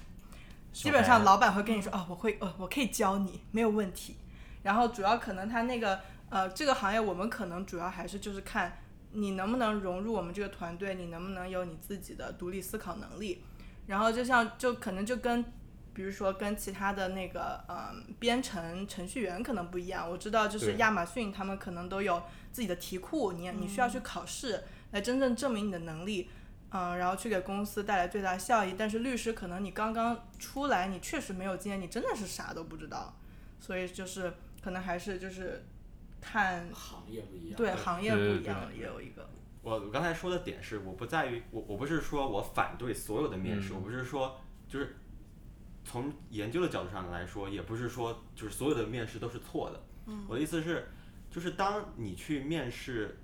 Speaker 4: 基本上老板会跟你说，哦，我会，呃，我可以教你，没有问题。然后主要可能他那个，呃，这个行业我们可能主要还是就是看。你能不能融入我们这个团队，你能不能有你自己的独立思考能力。然后就像就可能就跟，比如说跟其他的那个嗯编程程序员可能不一样。我知道就是
Speaker 2: 对
Speaker 4: 亚马逊他们可能都有自己的题库，你你需要去考
Speaker 1: 嗯
Speaker 4: 试来真正证明你的能力。嗯，然后去给公司带来最大效益。但是律师可能你刚刚出来，你确实没有经验，你真的是啥都不知道，所以就是可能还是就是看
Speaker 1: 行业不一样。
Speaker 4: 对行业
Speaker 3: 对
Speaker 4: 不
Speaker 3: 对
Speaker 4: 一
Speaker 3: 对
Speaker 4: 样，也有一个
Speaker 2: 我我刚才说的点是，我不在于我我不是说我反对所有的面试，我不是说就是从研究的角度上来说，也不是说就是所有的面试都是错的。
Speaker 4: 嗯
Speaker 2: 我的意思是，就是当你去面试，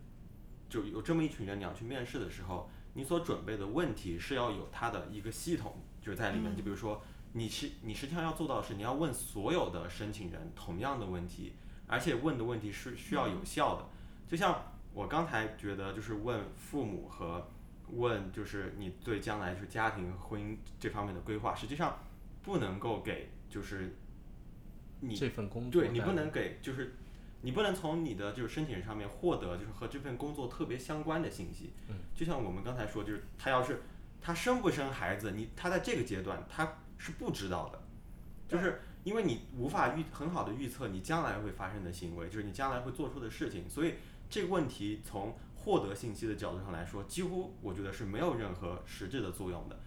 Speaker 2: 就有这么一群人你要去面试的时候，你所准备的问题是要有它的一个系统，就是在里
Speaker 4: 嗯
Speaker 2: 面。就比如说，你是你实际上要做到的是，你要问所有的申请人同样的问题，而且问的问题是需要有效的。就像我刚才觉得，就是问父母和问就是你对将来就是家庭婚姻这方面的规划，实际上不能够给就是你
Speaker 3: 这份工作
Speaker 2: 对你
Speaker 3: 带
Speaker 2: 不
Speaker 3: 来
Speaker 2: 能给，就是你不能从你的就是申请人上面获得就是和这份工作特别相关的信息。嗯，就像我们刚才说，就是他要是他生不生孩子，你他在这个阶段他是不知道的，就是因为你无法预很好的预测你将来会发生的行为，就是你将来会做出的事情，所以这个问题从获得信息的角度上来说，几乎我觉得是没有任何实质的作用的。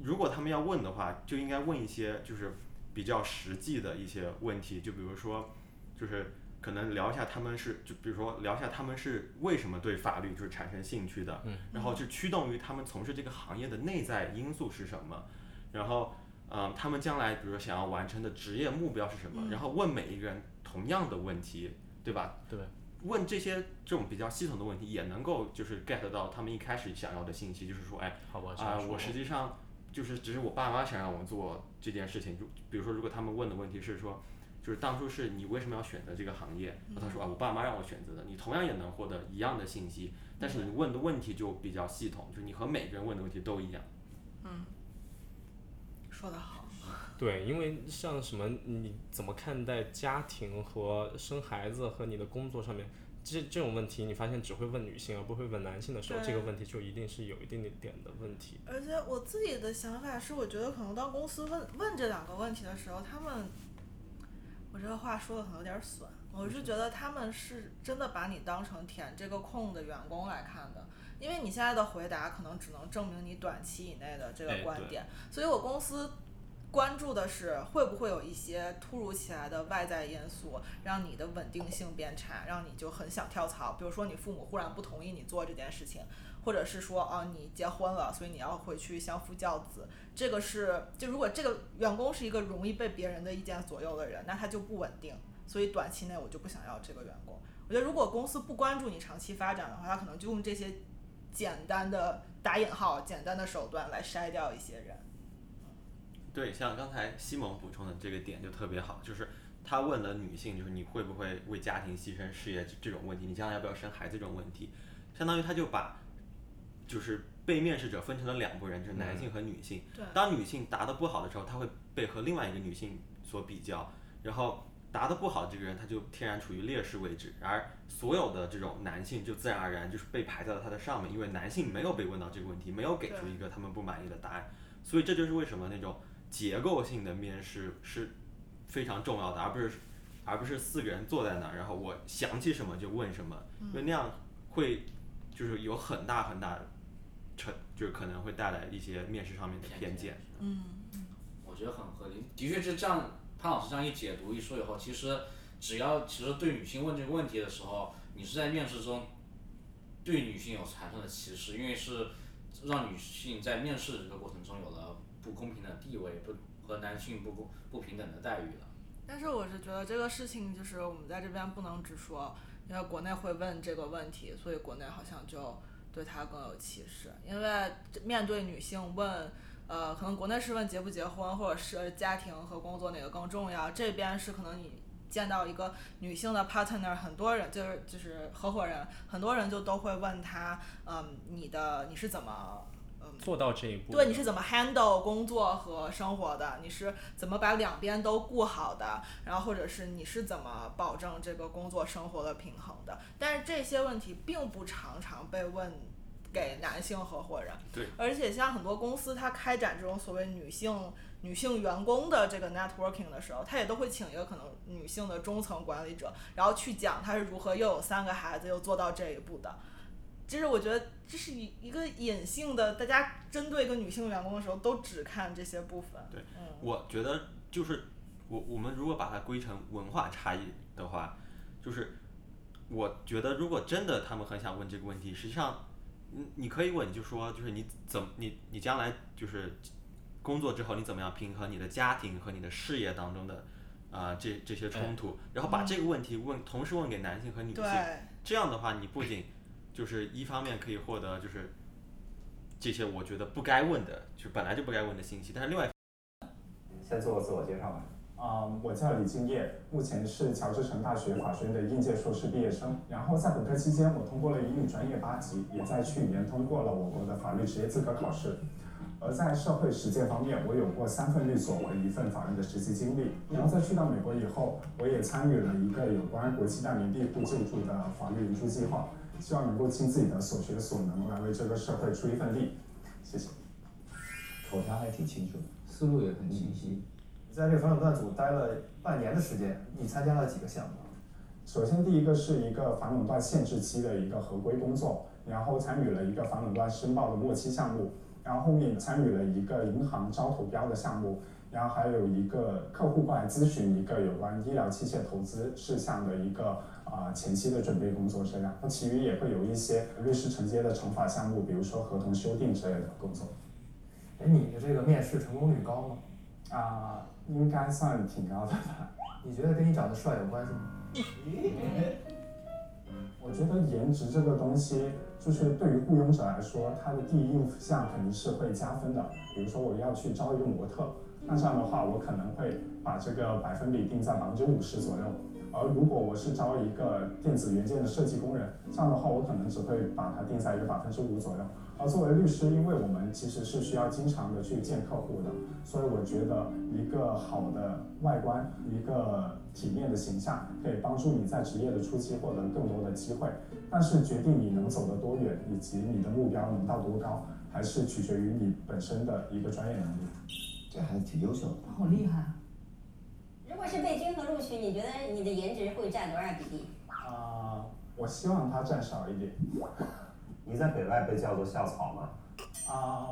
Speaker 2: 如果他们要问的话，就应该问一些就是比较实际的一些问题，就比如说，就是可能聊一下他们是，就比如说聊一下他们是为什么对法律就是产生兴趣的，
Speaker 3: 嗯
Speaker 2: 然后就驱动于他们从事这个行业的内在因素是什么，然后嗯，他们将来比如说想要完成的职业目标是什么，
Speaker 3: 嗯
Speaker 2: 然后问每一个人同样的问题，对吧？
Speaker 3: 对。
Speaker 2: 问这些这种比较系统的问题，也能够就是 get 到他们一开始想要的信息，就是说，哎，
Speaker 3: 好吧，这
Speaker 2: 啊、
Speaker 3: 样说
Speaker 2: 我实际上就是只是我爸妈想让我做这件事情。就比如说，如果他们问的问题是说，就是当初是你为什么要选择这个行业？然后他说啊，我爸妈让我选择的。你同样也能获得一样的信息，但是你问的问题就比较系统，就是你和每个人问的问题都一样。
Speaker 5: 嗯说得好，
Speaker 3: 对，因为像什么，你怎么看待家庭和生孩子和你的工作上面，这这种问题，你发现只会问女性而不会问男性的时候，
Speaker 5: 对
Speaker 3: 这个问题就一定是有一定点点的问题。
Speaker 5: 而且我自己的想法是，我觉得可能当公司问问这两个问题的时候，他们，我这个话说的可能有点损，我是觉得他们是真的把你当成填这个空的员工来看的，因为你现在的回答可能只能证明你短期以内的这
Speaker 3: 哎
Speaker 5: 个观
Speaker 3: 对
Speaker 5: 点，所以我公司。关注的是会不会有一些突如其来的外在因素，让你的稳定性变差，让你就很想跳槽。比如说你父母忽然不同意你做这件事情，或者是说啊你结婚了，所以你要回去相夫教子。这个是就如果这个员工是一个容易被别人的意见左右的人，那他就不稳定，所以短期内我就不想要这个员工。我觉得如果公司不关注你长期发展的话，他可能就用这些简单的打引号简单的手段来筛掉一些人。
Speaker 2: 对，像刚才西蒙补充的这个点就特别好，就是他问了女性，就是你会不会为家庭牺牲事业这这种问题，你将来要不要生孩子这种问题，相当于他就把就是被面试者分成了两拨人，就是男性和女性。
Speaker 5: 嗯对
Speaker 2: 当女性答得不好的时候，她会被和另外一个女性所比较，然后答得不好的这个人，他就天然处于劣势位置，而所有的这种男性就自然而然就是被排在了他的上面，因为男性没有被问到这个问题，没有给出
Speaker 5: 对
Speaker 2: 一个他们不满意的答案，所以这就是为什么那种结构性的面试是非常重要的，而不是而不是四个人坐在那儿，然后我想起什么就问什么，因为那样会就是有很大很大成，就是可能会带来一些面试上面的偏见。
Speaker 5: 嗯，
Speaker 1: 我觉得很合理。的确是这样，潘老师这样一解读一说以后，其实只要其实对女性问这个问题的时候，你是在面试中对女性有产生了歧视，因为是让女性在面试这个过程中有了不公平的地位，不和男性不公不平等的待遇了。
Speaker 5: 但是我是觉得这个事情就是我们在这边不能只说，因为国内会问这个问题，所以国内好像就对他更有歧视。因为面对女性问，呃，可能国内是问结不结婚，或者是家庭和工作哪个更重要，这边是可能你见到一个女性的 partner，很多人就是就是合伙人，很多人就都会问他，嗯，你的你是怎么嗯
Speaker 3: 做到这一步，
Speaker 5: 对，你是怎么 handle 工作和生活的？你是怎么把两边都顾好的？然后或者是你是怎么保证这个工作生活的平衡的？但是这些问题并不常常被问给男性合伙人。
Speaker 2: 对，
Speaker 5: 而且像很多公司，它开展这种所谓女性女性员工的这个 networking 的时候，它也都会请一个可能女性的中层管理者，然后去讲她是如何又有三个孩子又做到这一步的。就是我觉得这是一一个隐性的，大家针对一个女性员工的时候，都只看这些部分。
Speaker 2: 对
Speaker 5: 嗯，
Speaker 2: 我觉得就是我我们如果把它归成文化差异的话，就是我觉得如果真的他们很想问这个问题，实际上，嗯，你可以问，就说就是你怎么你你将来就是工作之后你怎么样平衡你的家庭和你的事业当中的啊、这这些冲突，然后把这个问题问同时问给男性和女性
Speaker 5: 对，，
Speaker 2: 这样的话你不仅就是一方面可以获得就是这些我觉得不该问的，就本来就不该问的信息，但是另外。
Speaker 7: 先做自我介绍吧。
Speaker 12: 啊、我叫李敬业，目前是乔治城大学法学院的应届硕士毕业生。然后在本科期间，我通过了英语专业八级，也在去年通过了我国的法律职业资格考试。而在社会实践方面，我有过三份律所和一份法院的实习经历。然后在去到美国以后，我也参与了一个有关国际难民庇护救助的法律援助计划，希望能够尽自己的所学所能来为这个社会出一份力。谢谢。
Speaker 13: 口条还挺清楚的，思路也很清晰。
Speaker 12: 嗯在这个反垄断组待了半年的时间，你参加了几个项目？首先，第一个是一个反垄断限制期的一个合规工作，然后参与了一个反垄断申报的末期项目，然后后面参与了一个银行招投标的项目，然后还有一个客户过来咨询一个有关医疗器械投资事项的一个啊、前期的准备工作，这样。那其余也会有一些律师承接的惩罚项目，比如说合同修订之类的工作。哎，你的这个面试成功率高吗？啊，应该算挺高的吧。你觉得跟你长得帅有关系吗？嗯我觉得颜值这个东西，就是对于雇佣者来说，他的第一印象肯定是会加分的。比如说我要去招一个模特，那这样的话，我可能会把这个百分比定在百分之五十左右。而如果我是招一个电子元件的设计工人，这样的话，我可能只会把它定在一个百分之五左右。而啊作为律师，因为我们其实是需要经常的去见客户的，所以我觉得一个好的外观，一个体面的形象，可以帮助你在职业的初期获得更多的机会。但是决定你能走得多远，以及你的目标能到多高，还是取决于你本身的一个专业能力。
Speaker 13: 这孩子挺优秀的。
Speaker 11: 好厉害啊！
Speaker 10: 如果是被均衡录取，你觉得你的颜值会占多少比例？
Speaker 12: 啊、我希望他占少一点。
Speaker 7: 你在北外被叫做校草吗？
Speaker 12: 啊、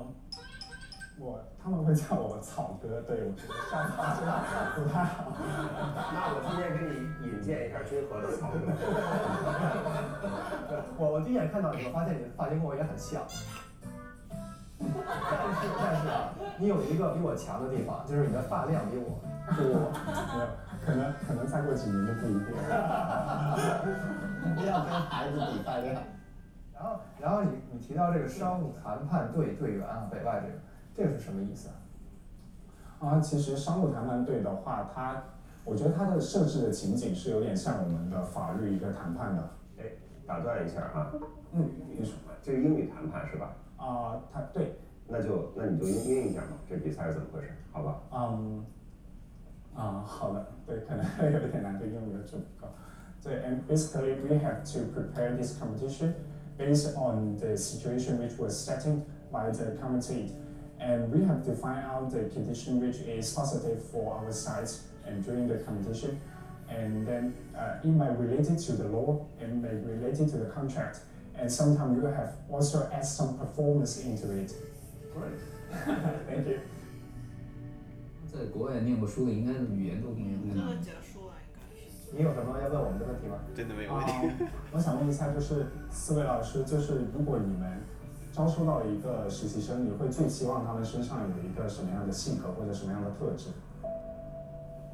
Speaker 12: 我他们会叫我草哥，对我觉得上草真的不太好。
Speaker 7: 那我今天给你引荐一下君和的草哥。
Speaker 12: 我我第一眼看到你，我发现你的发型跟我也很像。但是但是啊，你有一个比我强的地方，就是你的发量比我多。没有，可能可能再过几年就不一定。
Speaker 13: 不要跟孩子比饭量。
Speaker 12: 然后然后你你提到这个商务谈判队队员啊，北外这个，这个是什么意思啊？啊，其实商务谈判队的话，它我觉得它的设置的情景是有点像我们的法律一个谈判的。
Speaker 7: 打断一下啊，
Speaker 12: 嗯，
Speaker 7: 你说这是英语谈判是吧？
Speaker 12: 啊、它对
Speaker 7: 那就那你就应应一下嘛，这比赛是怎么回事？好吧？
Speaker 12: 嗯，啊，好的，对，可能会有一点难度，因为我的主稿。对，and basically we have to prepare this competition based on the situation which was setting by the committee, and we have to find out the condition which is positive for our site and during the competition, and then uh, it might relate it to the law and may relate it to the contract. And sometimes you have also add some performance into it.
Speaker 13: Great.
Speaker 12: Thank you.
Speaker 13: 在国外念过书的，应该语言都不一
Speaker 4: 这个
Speaker 13: 样。
Speaker 4: 结束了，啊应该是。
Speaker 7: 你有什么要问我们的问题吗？
Speaker 2: 真的没有问题。
Speaker 12: 啊，我想问一下，就是四位老师，就是如果你们招收到一个实习生，你会最期望他们身上有一个什么样的性格或者什么样的特质？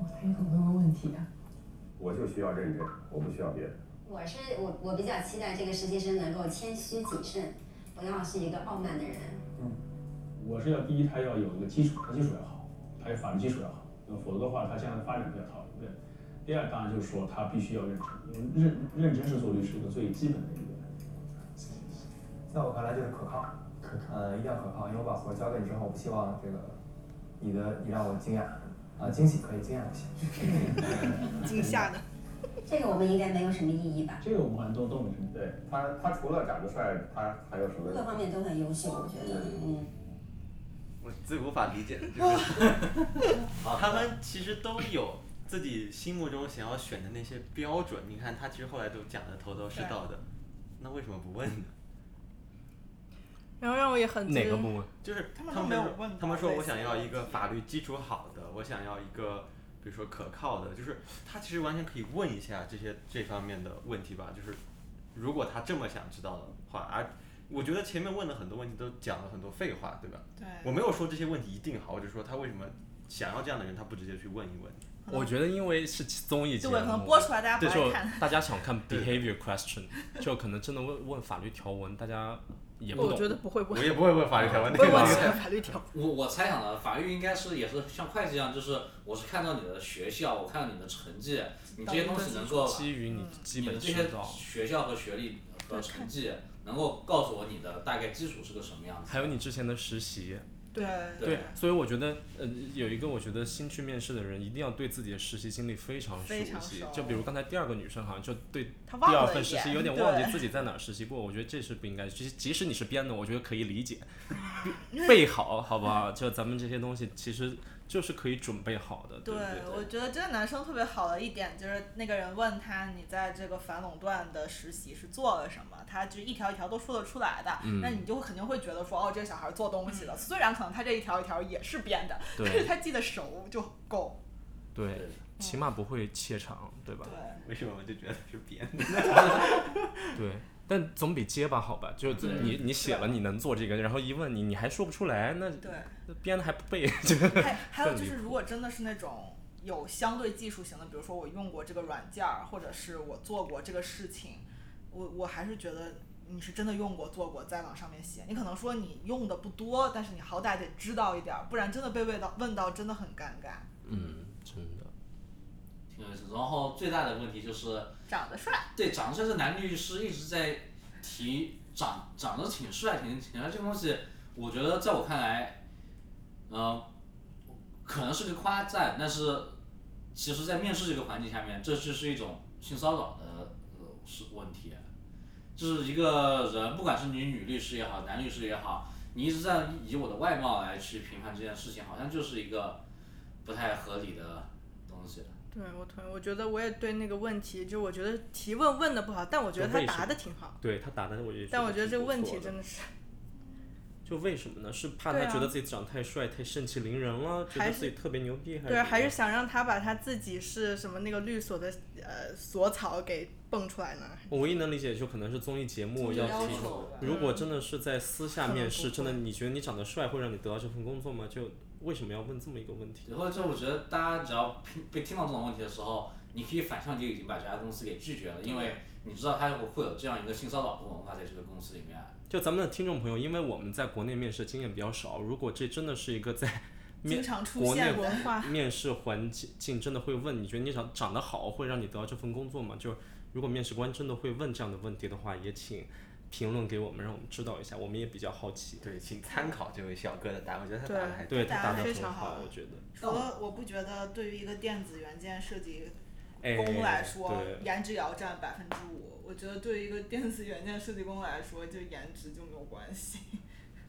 Speaker 11: 哇，他有很多问题啊。
Speaker 7: 我就需要认真，我不需要别的。
Speaker 10: 我是我，我比较期待这个实习生能够谦虚谨慎，不要是一个傲慢的人。
Speaker 14: 我是要第一，他要有一个基础，他基础要好，他有法律基础要好，那否则的话，他将来发展比较讨论。第二，当然就是说他必须要认真，因为认认真是做律师的最基本的一个。
Speaker 9: 在我看来就是可靠，
Speaker 12: 可靠
Speaker 9: 呃，一定要可靠，因为我把活交给你之后，我不希望这个你的你让我惊讶，啊，惊喜可以，惊讶不行。
Speaker 4: 惊吓的。
Speaker 10: 这个我们应该没有什么异议吧？
Speaker 14: 这个我们很多都没什么。
Speaker 7: 对他，他除了长得帅，他还有什么？
Speaker 10: 各方面都很优秀，我觉得，嗯。
Speaker 2: 我最无法理解的就是啊他们其实都有自己心目中想要选的那些标准。你看他其实后来都讲的头头是道的，那为什么不问呢？
Speaker 4: 然后让我也很
Speaker 3: 哪个部门？
Speaker 2: 就是
Speaker 5: 他
Speaker 2: 他们
Speaker 5: 们都没有问
Speaker 2: 他
Speaker 5: 到
Speaker 2: 们说
Speaker 5: 类
Speaker 2: 我
Speaker 5: 似
Speaker 2: 想
Speaker 5: 的
Speaker 2: 要
Speaker 5: 问
Speaker 2: 一个法律基础好的，我想要一个比如说可靠的，就是他其实完全可以问一下这些这方面的问题吧，就是如果他这么想知道的话，而我觉得前面问的很多问题都讲了很多废话，对吧？我
Speaker 5: 对，
Speaker 2: 没有说这些问题一定好，我只说他为什么想要这样的人，他不直接去问一问。
Speaker 3: 我觉得因为是综艺节
Speaker 5: 对，
Speaker 3: 目，
Speaker 5: 可能播出来大家不
Speaker 3: 对，
Speaker 5: 爱
Speaker 3: 就
Speaker 5: 看。
Speaker 3: 大家想看
Speaker 2: 对
Speaker 3: behavior question，就可能真的问问法律条文，大家也不
Speaker 4: 我
Speaker 3: 懂。
Speaker 4: 觉得不会问
Speaker 2: 我，也不会问法律
Speaker 5: 啊
Speaker 2: 条文，
Speaker 4: 问
Speaker 2: 对
Speaker 4: 我
Speaker 2: 吧？
Speaker 4: 喜欢法律条。
Speaker 1: 我我猜想的法律应该是也是像会计一样，就是我是看到你的学校，我看到你的成绩，你这些东西能够
Speaker 3: 基于你基
Speaker 1: 你的
Speaker 3: 本
Speaker 1: 这
Speaker 3: 知
Speaker 1: 些
Speaker 3: 道，
Speaker 1: 学校和学历和成绩，能够告诉我你的大概基础是个什么样子。
Speaker 3: 还有你之前的实习，
Speaker 5: 对，
Speaker 3: 对，所以我觉得，呃，有一个我觉得新去面试的人一定要对自己的实习经历非常熟
Speaker 5: 非常
Speaker 3: 悉
Speaker 5: 熟。
Speaker 3: 就比如刚才第二个女生好像就对
Speaker 5: 他
Speaker 3: 第
Speaker 5: 忘
Speaker 3: 二
Speaker 5: 了
Speaker 3: 份
Speaker 5: 一
Speaker 3: 实习
Speaker 5: 眼，
Speaker 3: 有点忘
Speaker 5: 对
Speaker 3: 记自己在哪儿实习 过，我觉得这是不应该。其实即使你是编的，我觉得可以理解，背背好好不好？就咱们这些东西其实就是可以准备好的，
Speaker 5: 对
Speaker 3: 不对？，
Speaker 5: 我觉得这个男生特别好的一点就是，那个人问他你在这个反垄断的实习是做了什么，他就一条一条都说得出来的，那你就肯定会觉得说，哦，这个小孩做东西的，虽然可能他这一条一条也是编的，但是
Speaker 3: 对
Speaker 5: 他记得熟就够。
Speaker 3: 对，起码不会怯场，对吧？
Speaker 5: 对，
Speaker 2: 为什么我就觉得是编的？
Speaker 3: 对，但总比结巴好吧？
Speaker 4: 嗯
Speaker 3: 就就你你写了你能做这个，然后一问你你还说不出来，那
Speaker 5: 对，
Speaker 3: 那编的还不背，就
Speaker 5: 还 还有
Speaker 3: 更
Speaker 5: 就
Speaker 3: 离
Speaker 5: 是，如果真的是那种。有相对技术型的，比如说我用过这个软件儿，或者是我做过这个事情，我我还是觉得你是真的用过做过，再往上面写。你可能说你用的不多，但是你好歹得知道一点儿，不然真的被问到问到真的很尴尬。
Speaker 3: 嗯，真的。
Speaker 1: 挺有意思。然后最大的问题就是，
Speaker 5: 长得帅，
Speaker 1: 对长得帅这男律师一直在提长长得挺帅，挺挺帅这个东西，我觉得在我看来，呃，可能是个夸赞，但是其实，在面试这个环境下面，这就是一种性骚扰的呃是问题。就是一个人，不管是你女律师也好，男律师也好，你一直在以我的外貌来去评判这件事情，好像就是一个不太合理的东西。
Speaker 4: 对我同意，我觉得我也对那个问题，就我觉得提问问的不好，但我觉得他答的挺好。
Speaker 3: 对他答的我也，
Speaker 4: 但我觉得这个问题
Speaker 3: 的
Speaker 4: 真的是，
Speaker 3: 就为什么呢？是怕
Speaker 4: 对
Speaker 3: 他
Speaker 4: 啊
Speaker 3: 觉得自己长得太帅、太盛气凌人了，觉
Speaker 4: 还
Speaker 3: 得
Speaker 4: 是
Speaker 3: 自己特别牛逼，还
Speaker 4: 对，啊还是
Speaker 3: 是
Speaker 4: 想让他把他自己是什么那个律所的呃所草给蹦出来呢？
Speaker 3: 我唯一能理解就可能是综艺节目要
Speaker 10: 要
Speaker 3: 提
Speaker 10: 求
Speaker 3: 如果真的是在私下
Speaker 4: 嗯可能
Speaker 3: 面
Speaker 4: 不
Speaker 3: 试，真的
Speaker 4: 会
Speaker 3: 你觉得你长得帅会让你得到这份工作吗？就为什么要问这么一个问题？
Speaker 1: 然后就我觉得大家只要听被听到这种问题的时候，你可以反向就已经把这家公司给拒绝了，因为你知道他会有这样一个性骚扰的文化在这个公司里面。
Speaker 3: 就咱们的听众朋友，因为我们在国内面试经验比较少，如果这真的是一个在
Speaker 5: 经
Speaker 3: 面
Speaker 5: 常出
Speaker 3: 国内
Speaker 5: 现的。
Speaker 4: 文化
Speaker 3: 面试环境竞争的会问，你觉得你长长得好会让你得到这份工作吗？就是如果面试官真的会问这样的问题的话，也请评论给我们，让我们知道一下，我们也比较好奇。
Speaker 2: 对，请参考这位小哥的答案，我觉得他答的还
Speaker 3: 对
Speaker 5: 答
Speaker 3: 他
Speaker 5: 案
Speaker 3: 答的
Speaker 5: 非
Speaker 3: 很
Speaker 5: 常好
Speaker 3: 我觉得。
Speaker 5: 除了我不觉得对于一个电子元件设计
Speaker 3: 哎，
Speaker 5: 工来说，
Speaker 3: 对，
Speaker 5: 颜值也要占百分之五。我觉得对于一个电子元件设计工来说，就颜值就没有关系。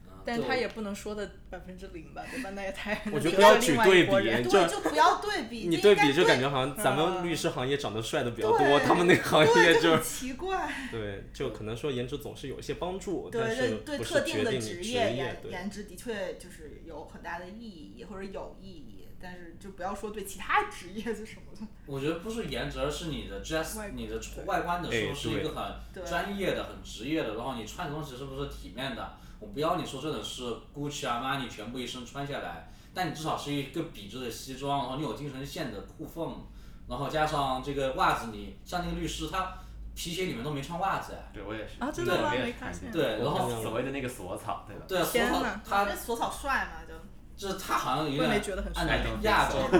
Speaker 3: 啊
Speaker 1: 嗯，
Speaker 4: 但是他也不能说的百分之零吧，对吧？那也太
Speaker 3: 我觉得
Speaker 4: 那
Speaker 3: 不要
Speaker 4: 是
Speaker 3: 举
Speaker 4: 另外
Speaker 3: 对
Speaker 4: 一拨
Speaker 3: 比
Speaker 4: 人
Speaker 3: 就
Speaker 5: 就不要对比，
Speaker 3: 你
Speaker 5: 就
Speaker 3: 对
Speaker 5: 应该
Speaker 3: 比就感觉好像咱
Speaker 4: 嗯
Speaker 3: 们律师行业长得帅的比较多，他们那个行
Speaker 5: 对
Speaker 3: 业
Speaker 5: 就
Speaker 3: 就
Speaker 5: 很奇怪。
Speaker 3: 对，就可能说颜值总是有一些帮助，但
Speaker 5: 对
Speaker 3: 是
Speaker 5: 对对，
Speaker 3: 不
Speaker 5: 特
Speaker 3: 是
Speaker 5: 定
Speaker 3: 决
Speaker 5: 的
Speaker 3: 定你
Speaker 5: 职
Speaker 3: 职
Speaker 5: 业
Speaker 3: 业
Speaker 5: 颜
Speaker 3: 对。
Speaker 5: 颜值的确就是有很大的意义或者有意义，但是就不要说对其他职业是什么的。
Speaker 1: 我觉得不是颜值，而是你的 dress，你的外观的
Speaker 3: 哎
Speaker 1: 是不是一个
Speaker 5: 对
Speaker 1: 很专业的、很职业的，然后你穿的东西是不是体面的？我不要你说这种是 Gucci、Armani 啊全部一身穿下来，但你至少是一个笔直的西装，然后你有精神线的裤缝，然后加上这个袜子你，像那个律师他皮鞋里面都没穿袜子哎。
Speaker 2: 对我也是
Speaker 4: 啊真的
Speaker 2: 对
Speaker 4: 吗
Speaker 2: 我也
Speaker 4: 没
Speaker 2: 是
Speaker 4: 看见
Speaker 1: 对然后
Speaker 2: 所谓的那个锁草，对吧？
Speaker 1: 对啊所
Speaker 5: 天
Speaker 1: 有
Speaker 5: 哪，
Speaker 1: 他
Speaker 5: 这索草帅嘛就。
Speaker 1: 就是他好像有
Speaker 5: 我也
Speaker 1: 点
Speaker 5: 没觉得很帅
Speaker 1: 按照亚洲 的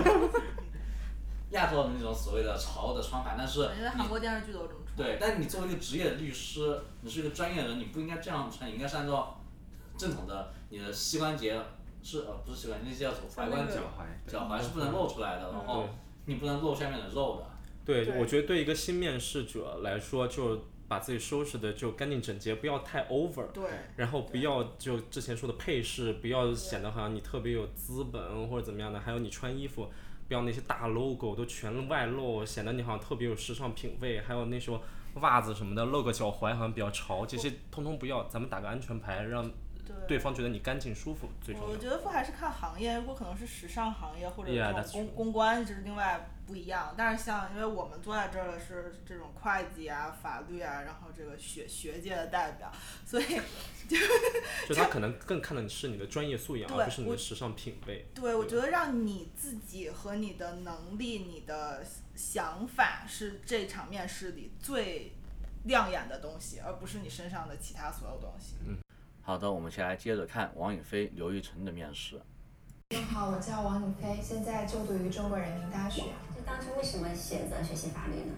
Speaker 1: 亚洲的那种所谓的潮的穿法，但是
Speaker 5: 因为韩国电视剧都这么
Speaker 1: 对，但你作为一个职业的律师，你是一个专业人，你不应该这样穿，你应该是按照正统的你的膝关节是呃不是膝关节，那叫什么踝关节
Speaker 2: 脚踝对
Speaker 1: 脚踝是不能露出来的，然后你不能露下面的肉的。
Speaker 3: 嗯对，我觉得对一个新面试者来说，就把自己收拾的就干净整洁，不要太 over。
Speaker 5: 对。
Speaker 3: 然后不要就之前说的配饰，不要显得好像你特别有资本或者怎么样的。还有你穿衣服，不要那些大 logo 都全外露，显得你好像特别有时尚品味。还有那时候袜子什么的露个脚踝好像比较潮，这些通通不要，咱们打个安全牌，让对方觉得你干净舒服最重要
Speaker 5: 我。觉得不还是看行业，如果可能是时尚行业或者
Speaker 3: Yeah,
Speaker 5: 这种
Speaker 3: that's
Speaker 5: 公公关，就是另外不一样。但是像因为我们坐在这儿的是这种会计啊、法律啊，然后这个学学界的代表，所以
Speaker 3: 就他可能更看的是你的专业素养，
Speaker 5: 对
Speaker 3: 而不是你
Speaker 5: 我
Speaker 3: 的时尚品味。
Speaker 5: 对我觉得让你自己和你的能力、你的想法是这场面试里最亮眼的东西，而不是你身上的其他所有东西。
Speaker 1: 好的，我们下来接着看王宇飞、刘玉成的面试。
Speaker 15: 大家好，我叫王宇飞，现在就读于中国人民大学。啊就当初为什么选择学习法律呢？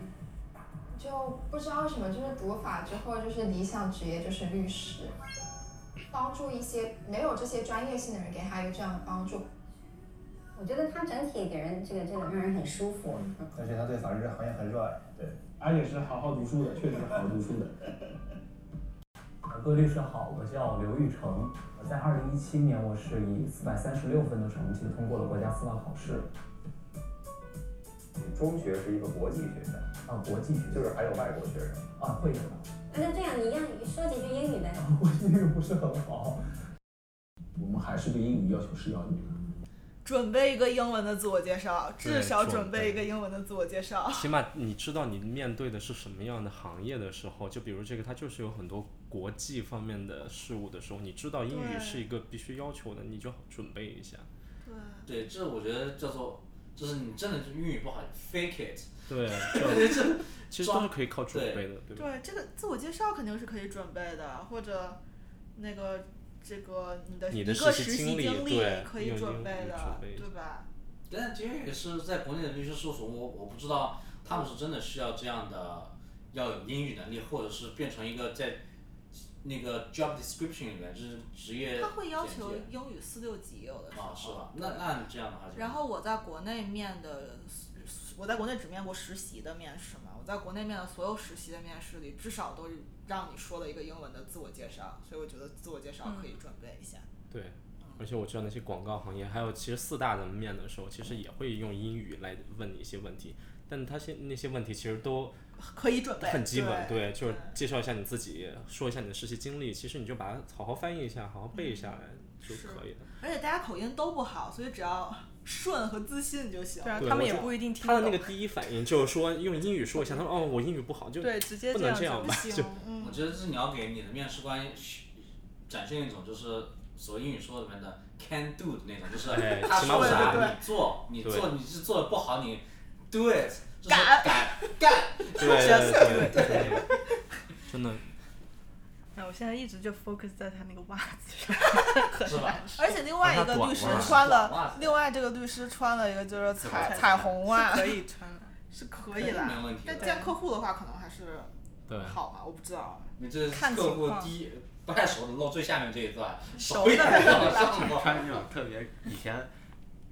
Speaker 15: 就不知道为什么，就是读法之后，就是理想职业就是律师，帮助一些没有这些专业性的人，给他一个这样的帮助。
Speaker 10: 我觉得它整体给人这个这个让人很舒服。
Speaker 15: 嗯
Speaker 9: 而且他对法律这行业很热爱，对。
Speaker 14: 而且是好好读书的，确实是好好读书 的。
Speaker 16: 呃各位律师好，我叫刘玉成。我在二零一七年，我是以四百三十六分的成绩通过了国家司法考试。
Speaker 7: 中学是一个国际学校
Speaker 16: 啊，国际学校
Speaker 7: 就是还有外国学生
Speaker 16: 啊，会有的。
Speaker 10: 那就这样，你让你说几句英语呗。
Speaker 16: 我英语不是很好。
Speaker 14: 我们还是对英语要求是要你的。
Speaker 5: 准备一个英文的自我介绍，
Speaker 3: 对
Speaker 5: 至少
Speaker 3: 准
Speaker 5: 准备一个英文的自我介绍。
Speaker 3: 起码你知道你面对的是什么样的行业的时候，就比如这个，它就是有很多国际方面的事物的时候，你知道英语
Speaker 1: 对
Speaker 3: 是一个必须要求的，你就准备一下。
Speaker 1: 对，这我觉得叫做，就是你真的是英语不好，fake it。
Speaker 3: 对
Speaker 1: 这
Speaker 3: 其实都是可以靠准
Speaker 1: 对
Speaker 3: 备的，对吧？
Speaker 5: 对，这个自我介绍肯定是可以准备的，或者那个这个你的
Speaker 3: 你
Speaker 5: 一
Speaker 3: 的
Speaker 5: 个
Speaker 3: 实习
Speaker 5: 实习
Speaker 3: 经历
Speaker 5: 经
Speaker 3: 对
Speaker 5: 可
Speaker 3: 你有
Speaker 5: 以
Speaker 3: 英
Speaker 5: 准备
Speaker 3: 语
Speaker 5: 的
Speaker 3: 准，备
Speaker 5: 对吧？
Speaker 1: 但其实也是在国内的律师事务所，我我不知道他们是真的需要这样的，要有英语能力，或者是变成一个在那个 job description 里面就是职业
Speaker 5: 他会要
Speaker 1: 简
Speaker 5: 求
Speaker 1: 介
Speaker 5: 英语四六级，有的时候。
Speaker 1: 啊，是吧？那那你这样的话就，
Speaker 5: 然后我在国内面的，我在国内只面过实习的面试嘛，我在国内面的所有实习的面试里，至少都是让你说了一个英文的自我介绍，所以我觉得自我介绍
Speaker 1: 嗯
Speaker 5: 可以准备一下。
Speaker 3: 对，
Speaker 5: 嗯
Speaker 3: 而且我知道那些广告行业，还有其实四大人面的时候，其实也会用英语来问你一些问题，但他现那些问题其实都
Speaker 5: 可以准备
Speaker 3: 很基本，
Speaker 5: 对
Speaker 3: 对，就是介绍一下你自己，说一下你的实习经历，其实你就把它好好翻译一下，好好背
Speaker 5: 嗯
Speaker 3: 下来就可以了。
Speaker 5: 而且大家口音都不好，所以只要顺和自信就行。
Speaker 3: 对我知道他的那个第一反应就是说用英语说一下，他说哦，我英语不好，就
Speaker 5: 对直接
Speaker 3: 不
Speaker 5: 这
Speaker 3: 能
Speaker 5: 样
Speaker 3: 这
Speaker 5: 就
Speaker 3: 样
Speaker 5: 不
Speaker 3: 吧，
Speaker 5: 行嗯
Speaker 3: 就
Speaker 1: 我觉得这是你要给你的面试官嘘展现一种就是所谓英语说里面的 can do 的那种，就是
Speaker 3: 哎
Speaker 1: 他
Speaker 3: 起码
Speaker 1: 说
Speaker 3: 我
Speaker 1: 啥
Speaker 3: 对对对
Speaker 1: 你做，你
Speaker 3: 对
Speaker 1: 做你是做的不好，你 do it，就是
Speaker 5: 敢
Speaker 1: 敢
Speaker 5: 干
Speaker 3: 对对对对，真的
Speaker 4: 那我现在一直就 focus 在他那个袜子上，
Speaker 1: 是
Speaker 4: 很
Speaker 1: 吧
Speaker 4: 难 受
Speaker 5: 而且另外一个律师穿了，另外这个律师穿了一个就是彩彩虹袜，
Speaker 4: 是 可以穿，
Speaker 5: 的，是可以的
Speaker 1: 没问题。
Speaker 5: 但见客户的话，可能还是
Speaker 3: 对
Speaker 5: 好吧，我不知道。
Speaker 1: 你这
Speaker 5: 看
Speaker 1: 客
Speaker 5: 情
Speaker 1: 户
Speaker 5: 况
Speaker 1: 第一不太熟的露最下面这一段，
Speaker 5: 熟的
Speaker 1: 一点往上
Speaker 2: 穿
Speaker 1: 露。
Speaker 2: 那种特别以前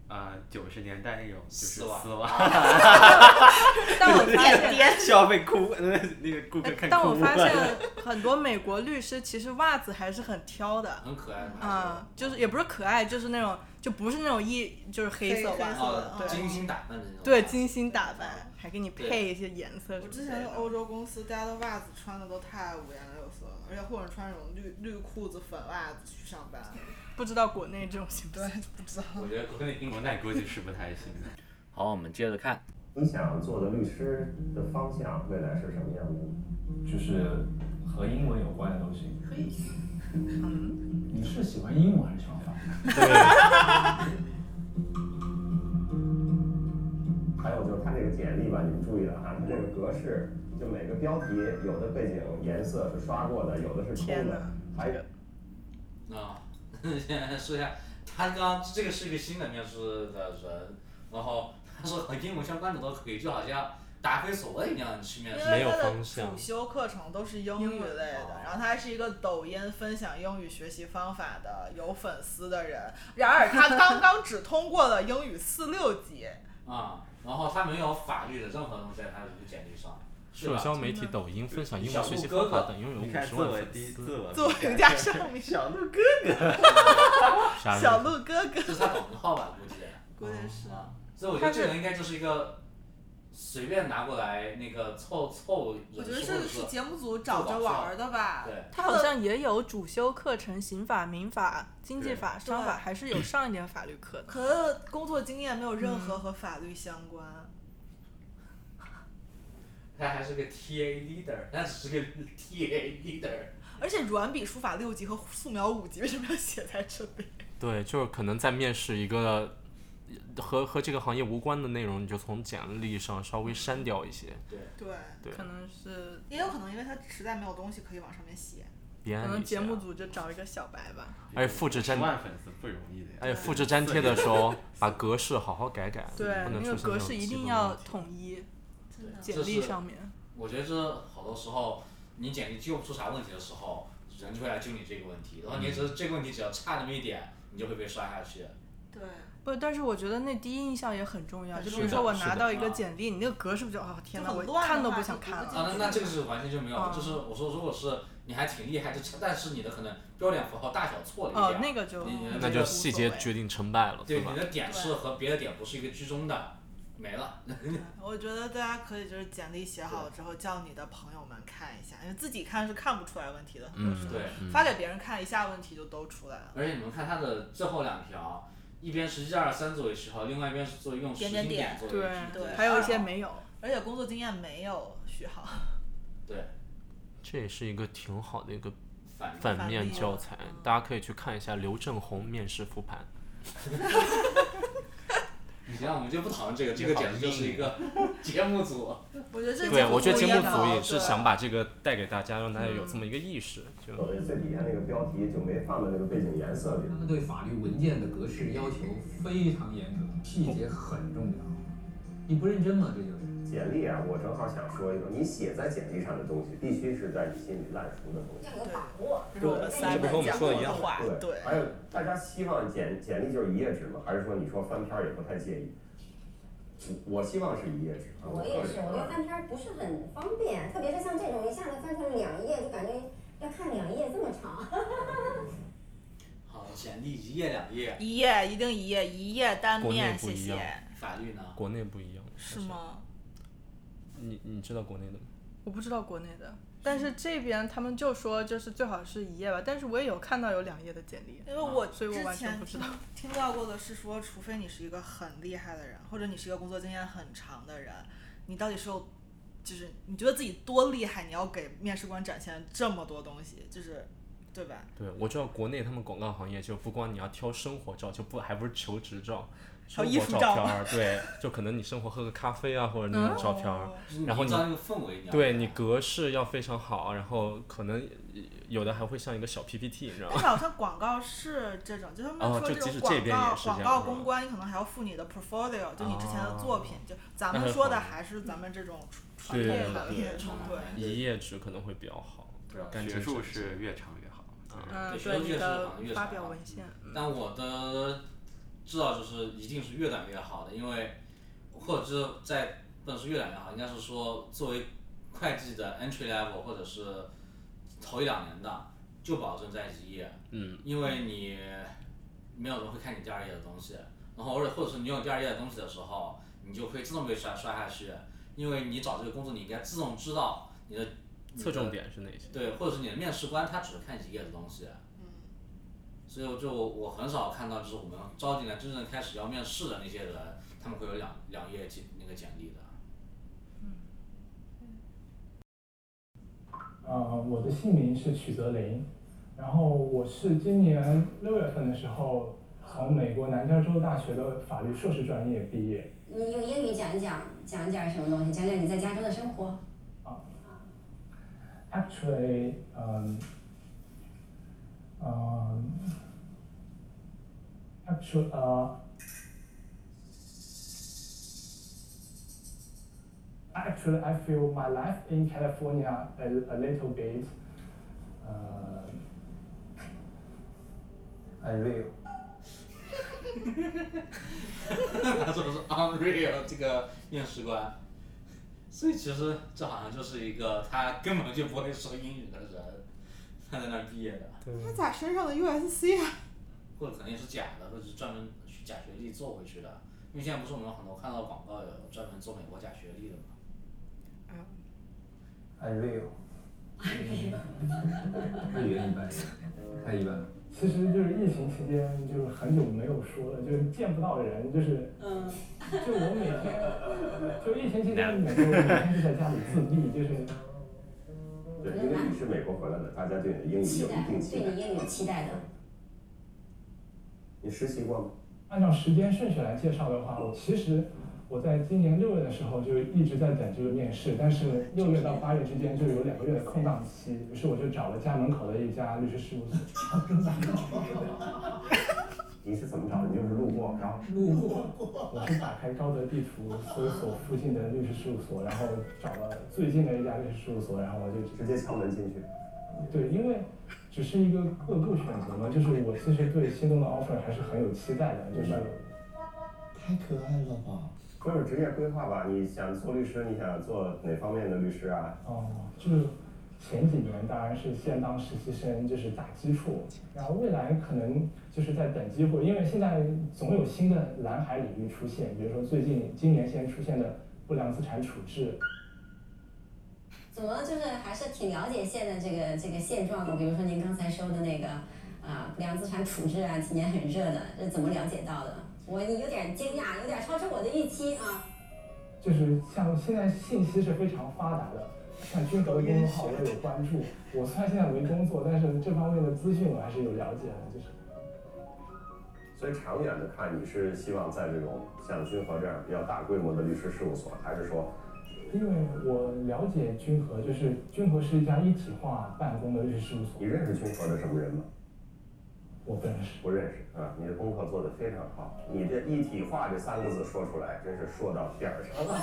Speaker 2: 啊九十年代那种就是
Speaker 1: 丝
Speaker 2: 丝
Speaker 1: 袜
Speaker 2: 袜
Speaker 4: 但我发现
Speaker 2: 笑被哭，呃那个顾客看哭了。
Speaker 4: 但我 发现很多美国律师其实袜子还是很挑的，
Speaker 1: 很可爱的
Speaker 4: 啊、就是也不是可爱，就是那种就不是那种一就是黑色袜
Speaker 1: 黑
Speaker 4: 子，
Speaker 1: 色的
Speaker 4: 对，
Speaker 1: 哦精心打扮的那种嗯
Speaker 4: 对，精心打扮，还给你配一些颜色
Speaker 5: 我
Speaker 4: 什么
Speaker 5: 之
Speaker 4: 之
Speaker 5: 前
Speaker 4: 类
Speaker 5: 去
Speaker 4: 的。
Speaker 5: 欧洲公司，大家的袜子穿的都太五颜六色了，而且或者穿那种绿绿裤子、粉袜子去上班。
Speaker 4: 不知道国内这种行
Speaker 5: 不 行？对，不知道。
Speaker 1: 我觉得国内
Speaker 2: 国内估计是不太行的。
Speaker 1: 好，我们接着看。
Speaker 7: 你想做的律师的方向未来是什么样的呢？
Speaker 17: 就是和英文有关的东西。嗯
Speaker 5: 可以。
Speaker 17: 你是喜欢英文还是喜欢法文？
Speaker 7: 还有就是看这个简历吧，你们注意了啊，它这个格式，就每个标题有的背景颜色是刷过的，有的是
Speaker 4: 天
Speaker 7: 空
Speaker 4: 哪
Speaker 7: 的，还有
Speaker 1: 啊， 现在说一下，他刚这个是一个新的面试的人，然后他说和英文相关的都可以，就好像答非所问一样去面
Speaker 5: 因为
Speaker 1: 试。
Speaker 5: 他的主修课程都是英语类的
Speaker 1: 哦，
Speaker 5: 然后他还是一个抖音分享英语学习方法的有粉丝的人，然而他刚刚只通过了英语四六级，
Speaker 1: 啊、然后他没有法律的任何东西在他的这个简历上。是吧
Speaker 3: 社交媒体、抖音分享英
Speaker 1: 小
Speaker 3: 文
Speaker 1: 鹿
Speaker 3: 学习
Speaker 1: 哥
Speaker 3: 方法
Speaker 1: 哥
Speaker 3: 等，拥有
Speaker 2: 你
Speaker 3: 五
Speaker 2: 看
Speaker 3: 十
Speaker 2: 自
Speaker 3: 万
Speaker 2: 我
Speaker 3: 粉
Speaker 2: 第一
Speaker 3: 丝。
Speaker 2: 自我
Speaker 5: 自我评价 上面。
Speaker 2: 小鹿
Speaker 5: 哥哥，
Speaker 3: 啥人
Speaker 5: 小鹿哥 哥，
Speaker 1: 这是他抖音号吧，估计。
Speaker 5: 估计是。
Speaker 4: 嗯
Speaker 1: 所以我觉得这个应该就是一个随便拿过来那个凑凑人数，
Speaker 5: 我觉得
Speaker 1: 或
Speaker 5: 是
Speaker 1: 者
Speaker 5: 是
Speaker 1: 说
Speaker 5: 节目组找着玩儿的吧
Speaker 1: 对，
Speaker 4: 他好像也有主修课程，刑法、民法、经济法、
Speaker 5: 对
Speaker 4: 商法，还是有上一点法律课的。
Speaker 5: 可是工作经验没有任何和法律相关。
Speaker 4: 嗯
Speaker 1: 他还是个 TA leader，他只是个 TA leader。
Speaker 5: 而且软笔书法六级和素描五级为什么要写在这里？
Speaker 3: 对，就是可能在面试一个和和这个行业无关的内容，你就从简历上稍微删掉一些。
Speaker 5: 对
Speaker 3: 对
Speaker 4: 可能是
Speaker 5: 也有可能因为他实在没有东西可以往上面写。
Speaker 3: 别
Speaker 4: 可
Speaker 3: 安
Speaker 4: 能
Speaker 3: 利。
Speaker 4: 节目组就找一个小白吧。
Speaker 3: 而且哎复制粘
Speaker 2: 10万粉丝不容易的呀。
Speaker 3: 哎呀，复制粘贴的时候把格式好好改改，
Speaker 4: 对
Speaker 3: 不，能
Speaker 4: 那
Speaker 3: 出现
Speaker 4: 个
Speaker 3: 这
Speaker 4: 格
Speaker 3: 种
Speaker 4: 式一
Speaker 3: 奇
Speaker 4: 定
Speaker 3: 怪
Speaker 4: 要统一，嗯简
Speaker 1: 这
Speaker 4: 历
Speaker 1: 是
Speaker 4: 上面。
Speaker 1: 我觉得这好多时候，你简历揪不出啥问题的时候，人就会来揪你这个问题，然后
Speaker 3: 嗯
Speaker 1: 你只是这个问题只要差那么一点，你就会被刷下
Speaker 4: 哦
Speaker 1: 去。
Speaker 5: 对，
Speaker 4: 不，但是我觉得那第一印象也很重要。
Speaker 5: 是
Speaker 4: 就
Speaker 5: 的啊
Speaker 4: 比如说我
Speaker 1: 是
Speaker 4: 拿
Speaker 1: 的
Speaker 4: 到一个简历，你那个格式不就哦天哪，
Speaker 5: 就
Speaker 4: 我
Speaker 5: 很乱的
Speaker 4: 看都
Speaker 5: 话
Speaker 4: 不
Speaker 5: 就
Speaker 4: 想
Speaker 5: 读
Speaker 4: 看
Speaker 5: 不
Speaker 4: 了。
Speaker 5: 进
Speaker 1: 啊，那那这个是完全就没有，
Speaker 4: 哦
Speaker 1: 就是我说，如果是你还挺厉害，就但是你的可能标点符号大小错了一
Speaker 4: 哦
Speaker 1: 点，
Speaker 4: 那个就
Speaker 1: 你你的
Speaker 3: 那
Speaker 1: 这
Speaker 3: 就
Speaker 1: 个
Speaker 3: 细节决定成败了，
Speaker 1: 对
Speaker 3: 吧
Speaker 1: 你？的点是和别的点不是一个居中的，没了。
Speaker 5: 我觉得大家可以就是简历写好之后，叫你的朋友们看一下，因为自己看是看不出来问题的。
Speaker 1: 嗯
Speaker 5: 就是
Speaker 1: 对嗯
Speaker 5: 发给别人看一下问题就都出来了。
Speaker 1: 而且你们看它的最后两条，一边是一二三作为序号，另外一边是做用实
Speaker 5: 点
Speaker 1: 心
Speaker 5: 点点，
Speaker 1: 作为句号
Speaker 5: 对，
Speaker 4: 还有一些没有，
Speaker 5: 而且工作经验没有序号。
Speaker 1: 对，
Speaker 3: 这也是一个挺好的一个
Speaker 1: 反
Speaker 3: 反
Speaker 5: 面哦
Speaker 3: 面教材，大家可以去看一下刘正宏面试复盘。
Speaker 1: 你行，我们就不讨论这个，这个简直就是一个 节目组。
Speaker 5: 我觉得这
Speaker 3: 对，我觉得节目组
Speaker 5: 也嗯
Speaker 3: 也是想把这个带给大家，让大家有这么一个意识。就
Speaker 7: 所谓最底下那个标题就没放在那个背景颜色里。
Speaker 8: 他们对法律文件的格式要求非常严格，细节很重要。你不认真吗？这就是。
Speaker 7: 简历啊，我正好想说一个，你写在简历上的东西，必须是在你心里烂熟的东西。
Speaker 10: 有把握。
Speaker 7: 对
Speaker 10: 是我们三
Speaker 7: 这
Speaker 10: 个讲过的话，
Speaker 7: 对，还有大家希望简简历就是一页纸吗？还是说你说翻篇儿也不太介意？我我希望是一页纸啊，
Speaker 10: 我
Speaker 7: 个
Speaker 10: 也
Speaker 7: 人
Speaker 10: 是，我觉得翻篇儿不是很方便，特别是像这种一下子翻成两页，就感觉要看两页这么长。
Speaker 1: 好，简历一页两页，
Speaker 5: 一页一定一页一页单
Speaker 3: 国内
Speaker 5: 面，
Speaker 3: 不
Speaker 5: 谢
Speaker 3: 一样
Speaker 5: 谢。，
Speaker 1: 法律呢？
Speaker 3: 国内不一样，
Speaker 5: 是吗？
Speaker 3: 你你知道国内的吗？
Speaker 4: 我不知道国内的，但是这边他们就说就是最好是一页吧，但是我也有看到有两页的简历，啊
Speaker 5: 因为我
Speaker 4: 所以
Speaker 5: 之
Speaker 4: 我完全
Speaker 5: 前
Speaker 4: 不知
Speaker 5: 听
Speaker 4: 道。
Speaker 5: 听到过的是说，除非你是一个很厉害的人，或者你是一个工作经验很长的人，你到底是有，就是你觉得自己多厉害，你要给面试官展现这么多东西，就是，对吧？
Speaker 3: 对，我知道国内他们广告行业就不光你要挑生活照，就不还不是求职照，生
Speaker 5: 还有衣
Speaker 3: 活
Speaker 5: 服
Speaker 3: 照
Speaker 5: 照
Speaker 3: 片 儿，对，就可能你生活喝个咖啡啊，或者那种照片儿
Speaker 5: 哦
Speaker 1: 嗯，
Speaker 3: 然后
Speaker 1: 营
Speaker 3: 你
Speaker 1: 造那个氛围你要
Speaker 3: 对你格式要非常好，然后可能有的还会像一个小 PPT，你知道
Speaker 5: 但
Speaker 3: 吗
Speaker 5: 是？好像广告是这种，就他们
Speaker 3: 哦
Speaker 5: 说
Speaker 3: 就
Speaker 5: 种
Speaker 3: 即使这
Speaker 5: 广
Speaker 3: 边
Speaker 5: 告
Speaker 3: 也是这
Speaker 5: 广
Speaker 3: 样啊
Speaker 5: 告
Speaker 3: 是
Speaker 5: 公关，你可能还要附你的 portfolio，就你之前的作品
Speaker 3: 哦，
Speaker 5: 就咱
Speaker 3: 那
Speaker 5: 们
Speaker 3: 很
Speaker 5: 说的
Speaker 3: 好
Speaker 5: 还是咱们这种传
Speaker 3: 对对
Speaker 5: 统行业传统
Speaker 3: 对，一页纸可能会比较好，感
Speaker 2: 学
Speaker 3: 觉
Speaker 2: 术是越长越好。
Speaker 1: 对
Speaker 4: 嗯，
Speaker 1: 学
Speaker 4: 对
Speaker 1: 术
Speaker 4: 你
Speaker 1: 界是
Speaker 4: 的
Speaker 1: 好像越
Speaker 4: 发
Speaker 1: 少
Speaker 4: 表文
Speaker 1: 了
Speaker 4: 献，
Speaker 1: 但我的知道就是一定是越短越好的，因为或者是在不能说越短越好，应该是说作为会计的 entry level 或者是头一两年的，就保证在职业，
Speaker 3: 嗯
Speaker 1: 因为你没有人会看你第二页的东西，然后或者或者是你有第二页的东西的时候，你就会自动被刷刷下去，因为你找这个工作，你应该自动知道你的你的
Speaker 3: 侧重点是哪些
Speaker 1: 对，或者是你的面试官他只看几页的东西，所以我就我很少看到，就是我们招进来真正开始要面试的那些人，他们会有两两页简那个简历的。
Speaker 8: 呃，我的姓名是曲泽林，然后我是今年六月份的时候从美国南加州大学的法律硕士专业毕业。
Speaker 10: 你用英语讲一讲，讲点什么东西，讲讲你在加州的生活。
Speaker 8: Um, Actually, um, um, actually, uh, actually, I feel my life in California a, a little bit. Uh,
Speaker 9: unreal.
Speaker 1: 他说的是 unreal 这个面试官，所以其实这好像就是一个他根本就不会说英语的人，他在那儿毕业的，
Speaker 5: 他咋身上的 USC 啊？
Speaker 1: 或者肯定是假的，或者是专门去假学历做回去的。因为现在不是我们很多看到广告有专门做美国假学历的嘛，
Speaker 9: unreal。
Speaker 13: 他语言一般，太一般了。
Speaker 8: 其实就是疫情期间，就是很久没有说了，就是见不到人，就是，就我每天，嗯就
Speaker 10: 嗯
Speaker 8: 疫情期间每天每天就在家里自闭，就是，
Speaker 7: 对，因为你是美国回来的，大家对你的英语
Speaker 10: 期
Speaker 7: 有
Speaker 10: 待
Speaker 7: 一定期
Speaker 10: 对
Speaker 7: 待。
Speaker 10: 你英语期待的，
Speaker 7: 你实习过吗？
Speaker 8: 按照时间顺序来介绍的话，我其实我在今年六月的时候就一直在等这个面试，但是六月到八月之间就有两个月的空档期，于是我就找了家门口的一家律师事务所。
Speaker 7: 你是怎么找的？你就是路过，然后
Speaker 8: 路过，我是打开高德地图搜索附近的律师事务所，然后找了最近的一家律师事务所，然后我就
Speaker 7: 直接敲门进去。
Speaker 8: 对，因为只是一个个步选择嘛，就是我其实对心动的 offer 还是很有期待的，就是
Speaker 7: 嗯太可爱了吧！说说职业规划吧，你想做律师，你想做哪方面的律师啊？
Speaker 8: 哦，就是前几年当然是先当实习生，就是打基础，然后未来可能就是在等机会，因为现在总有新的蓝海领域出现，比如说最近今年先出现的不良资产处置，
Speaker 10: 怎么就是还是挺了解现在这个这个现状的？比如说您刚才说的那个啊，不良资产处置啊，今年很热的，这怎么了解到的？我有点惊讶，有点超出我的预期啊。
Speaker 8: 就是像现在信息是非常发达的，像君德的公众号我也有关注。我虽然现在没工作，但是这方面的资讯我还是有了解的。就是
Speaker 7: 所以长远的看，你是希望在这种像君和这样比较大规模的律师事务所，还是说
Speaker 8: 因为我了解君和，就是君和是一家一体化办公的律师事务所。
Speaker 7: 你认识君和的什么人吗？
Speaker 8: 我不认识。
Speaker 7: 不认识啊！你的功课做得非常好，你这一体化这三个字说出来，真是说到点儿上了。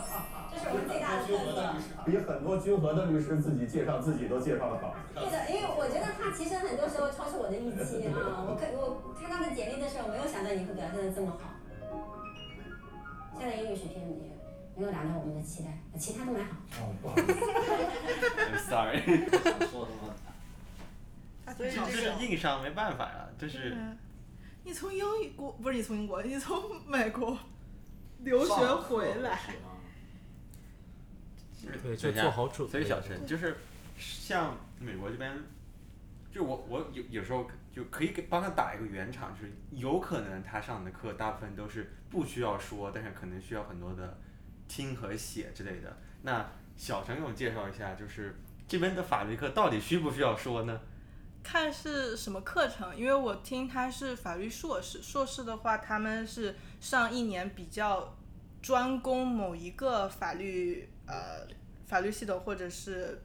Speaker 10: 这是我们最大的特色。
Speaker 7: 比很多君和的律师自己介绍自己都介绍的好。
Speaker 10: 对的，因为我觉得他其实很多时候超出我的预期啊。我看我看他的简历的时候，没有想到你会表现的这么好。现在英语水平也没有达到我们的期待，其他都蛮好。
Speaker 8: 哦，不好意思。
Speaker 2: I'm sorry。
Speaker 1: 说什么？
Speaker 2: 这
Speaker 4: 所以这
Speaker 2: 这
Speaker 4: 种
Speaker 2: 是硬伤，没办法呀、这是
Speaker 4: 你从英国不是你从英国，你从美国留学
Speaker 2: 上
Speaker 4: 回来，
Speaker 3: 对就做好准备
Speaker 2: 所以小陈就是像美国这边，就我我有有时候就可以给帮他打一个圆场，就是有可能他上的课大部分都是不需要说，但是可能需要很多的听和写之类的。那小陈给我们介绍一下，就是这边的法律课到底需不需要说呢？
Speaker 4: 看是什么课程，因为我听他是法律硕士，硕士的话他们是上一年比较专攻某一个法律呃法律系统或者是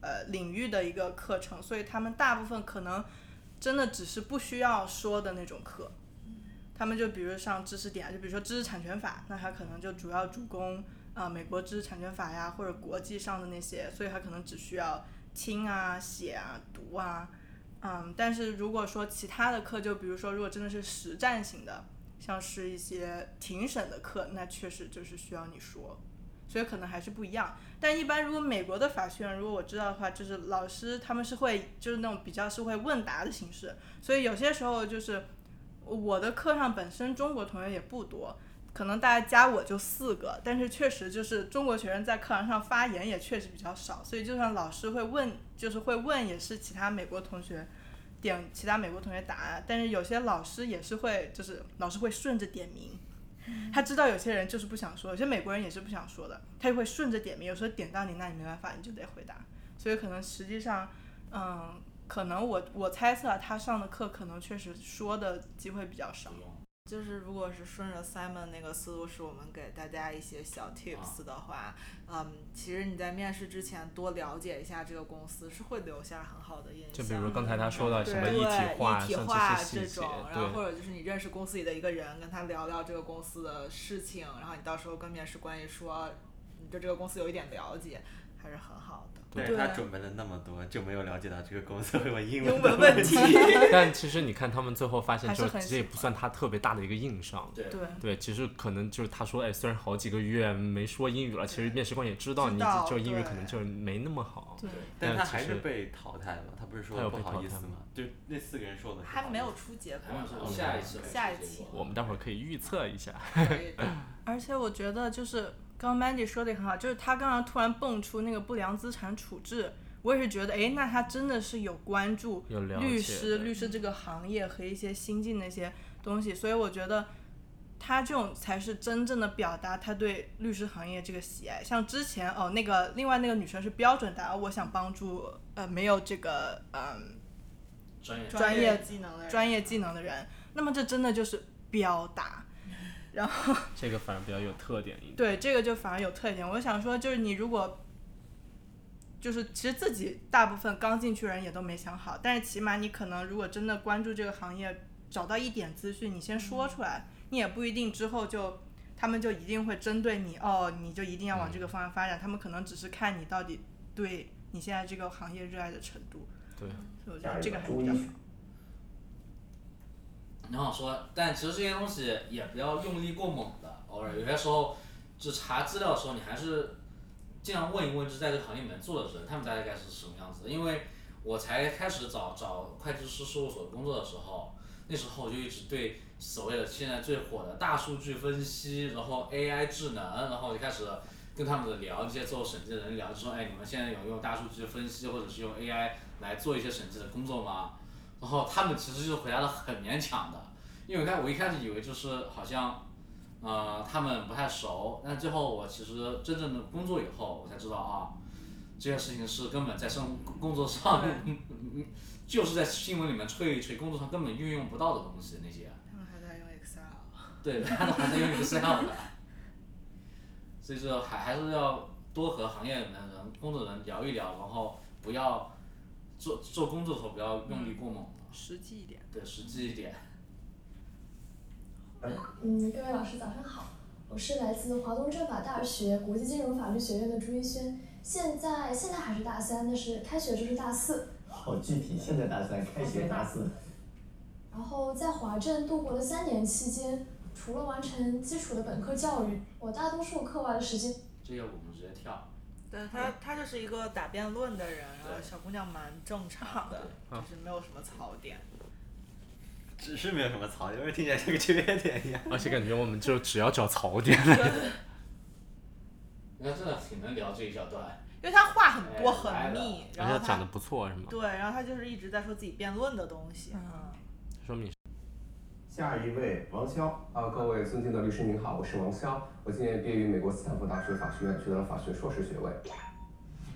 Speaker 4: 呃领域的一个课程，所以他们大部分可能真的只是不需要说的那种课。他们就比如上知识点，就比如说知识产权法，那他可能就主要主攻啊、呃美国知识产权法呀，或者国际上的那些，所以他可能只需要听啊、写啊、读啊，嗯，但是如果说其他的课，就比如说如果真的是实战型的，像是一些庭审的课，那确实就是需要你说，所以可能还是不一样。但一般如果美国的法学院，如果我知道的话，就是老师他们是会就是那种比较是会问答的形式，所以有些时候就是我的课上本身中国同学也不多，可能大家加我就四个，但是确实就是中国学生在课堂上发言也确实比较少，所以就算老师会问，就是会问也是其他美国同学点其他美国同学答案，但是有些老师也是会就是老师会顺着点名，他知道有些人就是不想说，有些美国人也是不想说的，他就会顺着点名，有时候点到你那你没办法，你就得回答，所以可能实际上，嗯，可能我我猜测啊他上的课可能确实说的机会比较少。
Speaker 6: 就是如果是顺着 Simon 那个思路，是我们给大家一些
Speaker 3: 啊
Speaker 6: 小 tips 的话，嗯，其实你在面试之前多了解一下这个公司，是会留下很好的印象。
Speaker 3: 就比如刚才他说的什么
Speaker 6: 对
Speaker 3: 一体化
Speaker 6: 一体
Speaker 3: 甚至
Speaker 6: 化
Speaker 3: 是细
Speaker 6: 这
Speaker 3: 节
Speaker 6: 种，然后
Speaker 3: 对
Speaker 6: 或者就是你认识公司里的一个人，跟他聊聊这个公司的事情，然后你到时候跟面试官一说，你对这个公司有一点了解，还是很好的。
Speaker 5: 啊
Speaker 2: 但是他准备了那么多，就没有了解到这个公司会问英
Speaker 6: 英
Speaker 2: 文
Speaker 6: 文
Speaker 2: 的
Speaker 6: 问
Speaker 2: 题。
Speaker 3: 但其实你看，他们最后发现，
Speaker 2: 还是
Speaker 3: 就
Speaker 2: 很
Speaker 3: 其实也不算他特别大的一个硬伤。
Speaker 1: 对
Speaker 4: 对
Speaker 3: 其实可能就是他说，哎，虽然好几个月没说英语了，其实面试官也知道
Speaker 2: 知
Speaker 3: 你
Speaker 2: 道
Speaker 3: 就英
Speaker 2: 对
Speaker 3: 语可能就没那么好。
Speaker 4: 对
Speaker 2: 但他
Speaker 3: 其
Speaker 2: 还是
Speaker 3: 实
Speaker 2: 被淘汰了，他不是
Speaker 3: 他
Speaker 2: 说
Speaker 3: 有
Speaker 2: 不
Speaker 3: 被
Speaker 2: 好
Speaker 3: 淘
Speaker 2: 意
Speaker 3: 汰
Speaker 2: 思
Speaker 3: 吗
Speaker 2: 吗？就那四个人说的不
Speaker 6: 还
Speaker 2: 好
Speaker 6: 没
Speaker 2: 意
Speaker 6: 有
Speaker 2: 思
Speaker 6: 出结果
Speaker 1: 还没有出
Speaker 6: 呢，
Speaker 1: 下一次
Speaker 6: 下一期。
Speaker 3: 嗯我们待会儿可以预测一下。
Speaker 4: 而且我觉得就是刚刚 Mandy 说的也很好，就是他刚刚突然蹦出那个不良资产处置，我也是觉得，哎，那他真的是有关注
Speaker 3: 有了解
Speaker 4: 律师、律师这个行业和一些新进的一些东西，所以我觉得他这种才是真正的表达他对律师行业这个喜爱。像之前哦，那个另外那个女生是标准答，我想帮助呃没有这个嗯。
Speaker 1: 专业
Speaker 4: 专业
Speaker 6: 技能的人
Speaker 4: 专业技能的人，那么这真的就是表达。然后
Speaker 3: 这个反而比较有特点一点。
Speaker 4: 对，这个就反而有特点。我想说，就是你如果，就是其实自己大部分刚进去人也都没想好，但是起码你可能如果真的关注这个行业，找到一点资讯，你先
Speaker 1: 嗯
Speaker 4: 说出来，你也不一定之后就他们就一定会针对你哦，你就一定要往这
Speaker 1: 嗯
Speaker 4: 个方向发展。他们可能只是看你到底对你现在这个行业热爱的程度。
Speaker 3: 对，
Speaker 4: 所以我觉得这个还是
Speaker 1: 下一
Speaker 4: 比
Speaker 1: 个
Speaker 4: 较
Speaker 1: 注意很好说，但其实这些东西也不要用力过猛的，偶尔有些时候，就查资料的时候，你还是尽量问一问，就是在这个行业里面做的人，他们大概是什么样子的。因为我才开始找找会计师事务所工作的时候，那时候我就一直对所谓的现在最火的大数据分析，然后 AI 智能，然后我就开始跟他们的聊，那些做审计的人聊，就说哎，你们现在有用大数据分析或者是用 AI 来做一些审计的工作吗？然后他们其实就是回答的很勉强的，因为我开我一开始以为就是好像，呃，他们不太熟，但最后我其实真正的工作以后，我才知道啊，这些事情是根本在生工作上， 就是在新闻里面吹一吹，工作上根本运用不到的东西那些，
Speaker 6: 他们还在用 Excel。
Speaker 1: 对， 他们还在用 Excel 的，所以说还还是要多和行业里面的人、工作人聊一聊，然后不要做做工作的时候不要用力过猛，
Speaker 4: 嗯实际一点。
Speaker 1: 对，实际一点。哎
Speaker 18: 嗯，各位老师早上好，我是来自华东政法大学国际金融法律学院的朱一轩，现在现在还是大三，但是开学就是大四。
Speaker 16: 好具体，现在大三，开学大四。
Speaker 18: 然后在华政度过了三年期间，除了完成基础的本科教育，我大多数课外的时间
Speaker 1: 这个我们直接跳。
Speaker 6: 对他，他就是一个打辩论的人，然后小姑娘蛮正常的，
Speaker 2: 对
Speaker 6: 就是没有什么槽点。
Speaker 2: 只是没有什么槽点，就是听起来像个缺点一样。
Speaker 3: 而且感觉我们就只要找槽点。
Speaker 1: 你看，真的挺能聊这一小段。
Speaker 6: 因为他话很多
Speaker 1: 哎
Speaker 6: 很密，
Speaker 3: 而
Speaker 6: 然
Speaker 3: 且
Speaker 6: 后
Speaker 3: 他讲的不错，是吗？
Speaker 6: 对，然后他就是一直在说自己辩论的东西。嗯，
Speaker 3: 说明
Speaker 7: 下一位王潇
Speaker 9: 啊，各位尊敬的律师您好，我是王潇，我今年毕业于美国斯坦福大学法学院，取得了法学硕士学位。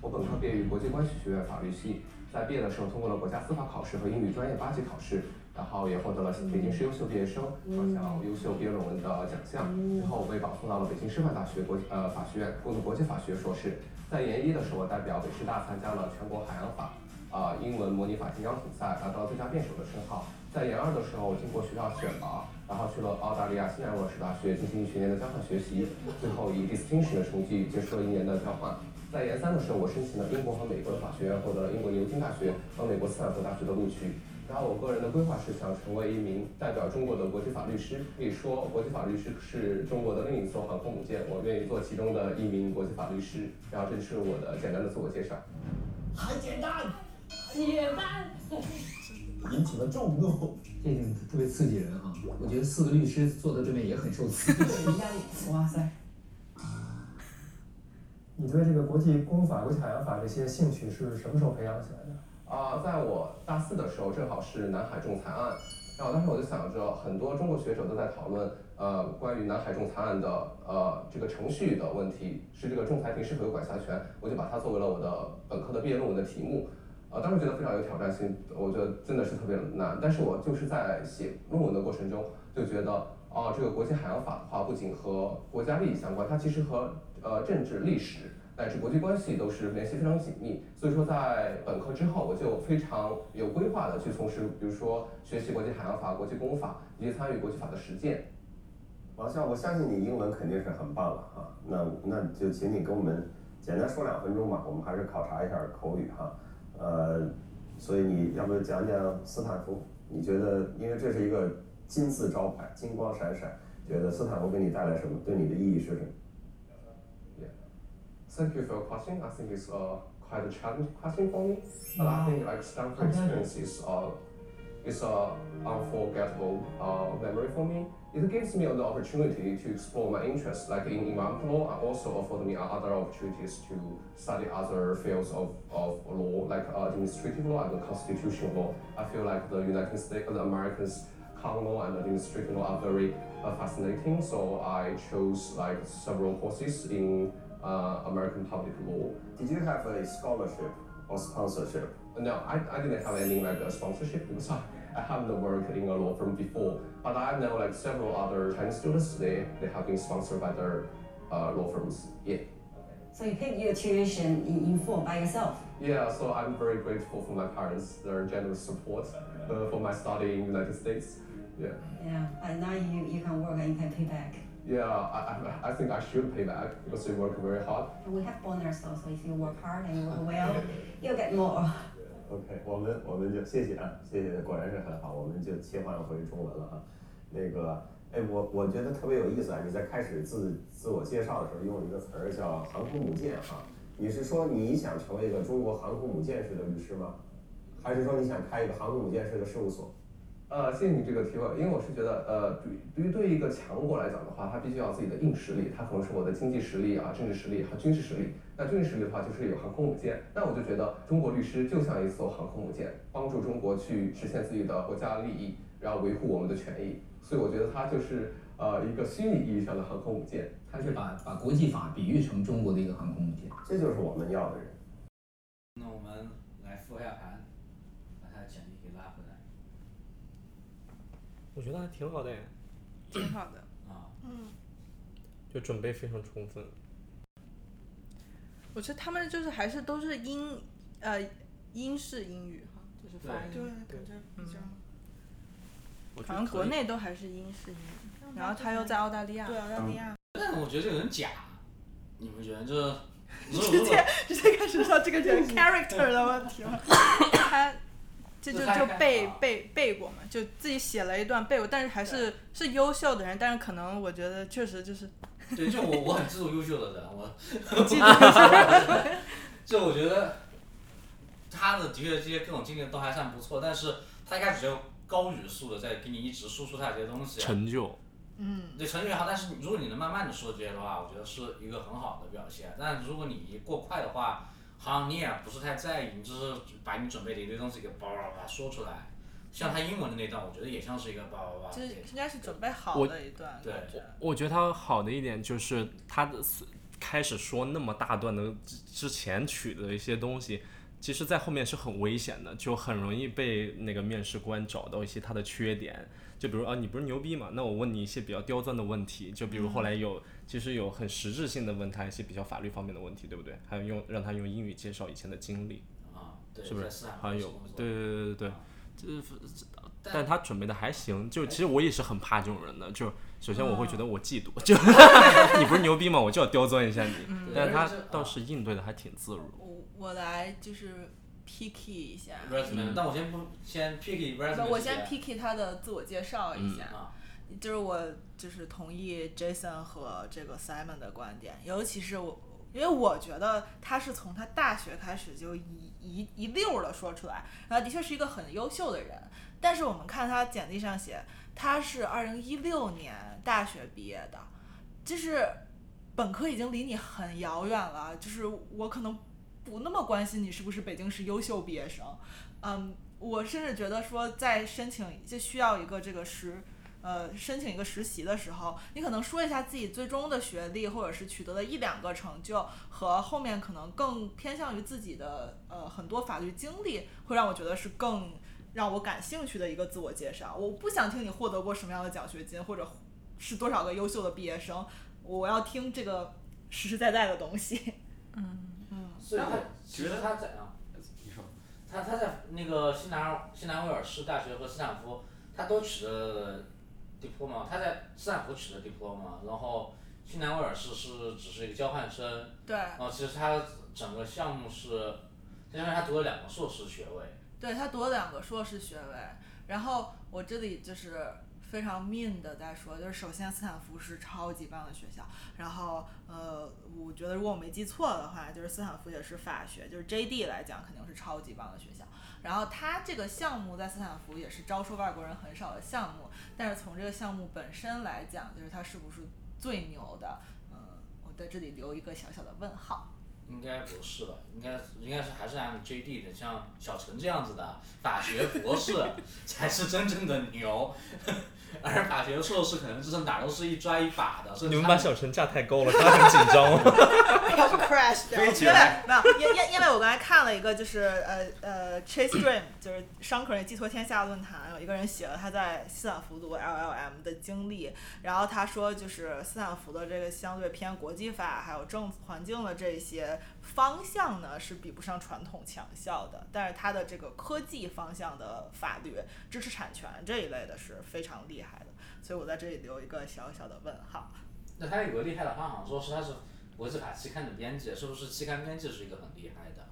Speaker 9: 我本科毕业于国际关系学院法律系，在毕业的时候通过了国家司法考试和英语专业八级考试，然后也获得了北京市优秀毕业生双项优秀毕业论文的奖项。之后我被保送到了北京师范大学国际呃法学院，攻读国际法学硕士。在研一的时候，我代表北师大参加了全国海洋法啊、英文模拟法竞标比赛，拿到最佳辩手的称号。在研二的时候，经过学校选拔，然后去了澳大利亚新南威尔士大学进行一学年的交换学习，最后以 distinction 的成绩结束了一年的交换。在研三的时候，我申请了英国和美国的法学院，获得了英国牛津大学和美国斯坦福大学的录取。然后我个人的规划是想成为一名代表中国的国际法律师。可以说，国际法律师是中国的另一艘航空母舰，我愿意做其中的一名国际法律师。然后这是我的简单的自我介绍。
Speaker 19: 很简单，简单。
Speaker 13: 引起了众怒， 这个特别刺激人啊！我觉得四个律师坐在对面也很受刺激，压力，哇塞！
Speaker 12: 你对这个国际公法、国际海洋法这些兴趣是什么时候培养起来的？
Speaker 9: 啊、在我大四的时候，正好是南海仲裁案，然后当时我就想着，很多中国学者都在讨论，呃，关于南海仲裁案的呃这个程序的问题，是这个仲裁庭是否有管辖权，我就把它作为了我的本科的毕业论文的题目。呃，当时觉得非常有挑战性，我觉得真的是特别难。但是我就是在写论文的过程中，就觉得啊、这个国际海洋法的话，不仅和国家利益相关，它其实和呃政治、历史乃至国际关系都是联系非常紧密。所以说，在本科之后，我就非常有规划的去从事，比如说学习国际海洋法、国际公法，以及参与国际法的实践。
Speaker 7: 王笑，我相信你英文肯定是很棒了哈、那那就请你跟我们简单说两分钟吧，我们还是考察一下口语哈、呃，所以你要不讲讲斯坦福？你觉得，因为这是一个金字招牌，金光闪闪，觉得斯坦福给你带来什么？对你的意义是什么？
Speaker 9: Thank you for your question. I think it's uh, quite a challenging question for me, but I think like Stanford experience is uh, is a unforgettable uh, memory for me. It gives me the opportunity to explore my interests, like in environmental law, and also afford me other opportunities to study other fields of, of law, like uh, administrative law and constitutional law. I feel like the United States, the Americans common law and administrative law are very uh, fascinating. So I chose like several courses in uh, American public law.
Speaker 7: Did you have a scholarship or sponsorship?
Speaker 9: No, I, I didn't have any like a sponsorship because I, I haven't worked in a law firm before. But I know like several other Chinese students, they, they have been sponsored by their uh, law firms. Yeah.
Speaker 10: So you pick your tuition in, in full by yourself.
Speaker 9: Yeah, so I'm very grateful for my parents, their generous support uh, for my study in United States. Yeah.
Speaker 10: Yeah, but now you, you can work and you can pay back.
Speaker 9: Yeah, I, I, I think I should pay back because we work very hard.
Speaker 10: And we have bonus also. If you work hard and you work well, you'll get more.
Speaker 7: OK，我们我们就谢谢啊，谢谢，果然是很好，我们就切换回中文了啊。那个，哎，我我觉得特别有意思啊，你在开始自自我介绍的时候用了一个词儿叫航空母舰啊，你是说你想成为一个中国航空母舰式的律师吗？还是说你想开一个航空母舰式的事务所？
Speaker 9: 呃，谢谢你这个提问，因为我是觉得，呃，对对于对于一个强国来讲的话，它必须要有自己的硬实力，它可能是我的经济实力啊、政治实力和军事实力。那军事实力的话，就是有航空母舰。那我就觉得，中国律师就像一艘航空母舰，帮助中国去实现自己的国家利益，然后维护我们的权益。所以我觉得它就是呃一个虚拟意义上的航空母舰，它是把把国际法比喻成中国的一个航空母舰。
Speaker 7: 这就是我们要的人。
Speaker 1: 那我们来复下盘，把他的简历给拉回来。
Speaker 3: 我觉得还挺好的哎，
Speaker 4: 挺好的。
Speaker 1: 啊，
Speaker 4: 嗯，
Speaker 3: 就准备非常充分。
Speaker 4: 我觉得他们就是还是都是英呃英式英语哈，就是发音。嗯
Speaker 6: 对，感觉比较。
Speaker 4: 好像国内都还是英式英语，然后他又在澳大利亚。
Speaker 6: 对澳大利亚。
Speaker 1: 但我觉得这个人假，你们觉得 这？如果
Speaker 4: 直接 直接开始说这个就是 character 的问题了。他这就
Speaker 1: 就他
Speaker 4: 就
Speaker 1: 干
Speaker 4: 背背背过嘛，就自己写了一段背过，但是还是是优秀的人，但是可能我觉得确实就是
Speaker 1: 对，就我我很嫉妒优秀的人，我
Speaker 4: 嫉妒优秀
Speaker 1: 人， 就我觉得他的的确这些各种经历都还算不错，但是他一开始就高语速的在给你一直输出他这些东西，
Speaker 3: 成就，
Speaker 4: 嗯，
Speaker 1: 对成就也好，但是如果你能慢慢的说这些的话，我觉得是一个很好的表现。但如果你过快的话，好像你也不是太在意，你只是把你准备的一堆东西给叭叭叭叭说出来。像他英文的那段，我觉得也像是一个叭叭叭。
Speaker 4: 就是应该是准备好
Speaker 3: 我
Speaker 4: 的一段
Speaker 1: 对
Speaker 4: 感觉。
Speaker 3: 我觉得他好的一点就是他的开始说那么大段的之之前取的一些东西，其实在后面是很危险的，就很容易被那个面试官找到一些他的缺点。就比如啊，你不是牛逼嘛？那我问你一些比较刁钻的问题，就比如后
Speaker 4: 嗯
Speaker 3: 来有其实有很实质性的问他一些比较法律方面的问题，对不对？还有用让他用英语介绍以前的经历，
Speaker 1: 啊，对，
Speaker 3: 是不是
Speaker 1: 在斯坦？福
Speaker 3: 好像
Speaker 1: 是
Speaker 3: 有
Speaker 1: 工，作
Speaker 3: 对对对对对。这
Speaker 1: 但
Speaker 3: 但他准备的还行，就其实我也是很怕这种人的。就首先我会
Speaker 5: 嗯
Speaker 3: 觉得我嫉妒，就 你不是牛逼吗？我
Speaker 5: 嗯啊
Speaker 3: 就要刁钻一下你。但是他倒是应对的还挺自如。
Speaker 4: 我来就是
Speaker 5: picky 一下
Speaker 3: 嗯
Speaker 1: resume，那我先不先 picky resume，
Speaker 5: 我先 picky 他的自我介绍一下。
Speaker 1: 嗯啊
Speaker 5: 就是我就是同意 Jason 和这个 Simon 的观点，尤其是我，因为我觉得他是从他大学开始就一一一溜的说出来，然后的确是一个很优秀的人。但是我们看他简历上写，他是二零一六年大学毕业的，就是本科已经离你很遥远了，就是我可能不那么关心你是不是北京市优秀毕业生，嗯，我甚至觉得说在申请就需要一个这个实呃申请一个实习的时候，你可能说一下自己最终的学历或者是取得的一两个成就和后面可能更偏向于自己的呃很多法律经历，会让我觉得是更让我感兴趣的一个自我介绍。我不想听你获得过什么样的奖学金或者是多少个优秀的毕业生，我要听这个实实在在的东西。
Speaker 1: 嗯
Speaker 5: 嗯，
Speaker 1: 所以他其实他在啊，
Speaker 2: 你说，
Speaker 1: 他他在那个西南西南威尔士大学和斯坦福，他都取得 diploma，他在斯坦福取得 diploma，然后西南威尔士是只是一个交换生，
Speaker 5: 对
Speaker 1: 然后其实他整个项目是，相当于他读了两个硕士学位，
Speaker 5: 对他读了两个硕士学位，然后我这里就是非常 mean 的在说，就是首先斯坦福是超级棒的学校，然后呃，我觉得如果我没记错的话，就是斯坦福也是法学，就是 JD 来讲肯定是超级棒的学校。然后他这个项目在斯坦福也是招收外国人很少的项目，但是从这个项目本身来讲，就是它是不是最牛的，嗯、我在这里留一个小小的问号。
Speaker 1: 应该不是吧？应该应该是还是按 JD 的，像小陈这样子的法学博士 才是真正的牛， 而法学硕士可能就是哪都是一抓一把的，甚
Speaker 3: 你
Speaker 1: 至
Speaker 3: 们
Speaker 1: 他
Speaker 3: 把小陈架太高了，他很紧张 哦。
Speaker 5: 要不 crash 掉，
Speaker 3: 飞起
Speaker 5: 因为
Speaker 3: 来
Speaker 5: 没有，因因因为我刚才看了一个，就是呃呃 Chase Dream，就是商科人寄托天下论坛，有一个人写了他在斯坦福读 LLM 的经历，然后他说就是斯坦福的这个相对偏国际法还有政环境的这些方向呢是比不上传统强校的，但是他的这个科技方向的法律、知识产权这一类的是非常厉害的，所以我在这里留一个小小的问号。
Speaker 1: 那他有个厉害的话，好像说是他是国际法期刊的编辑，是不是期刊编辑是一个很厉害的？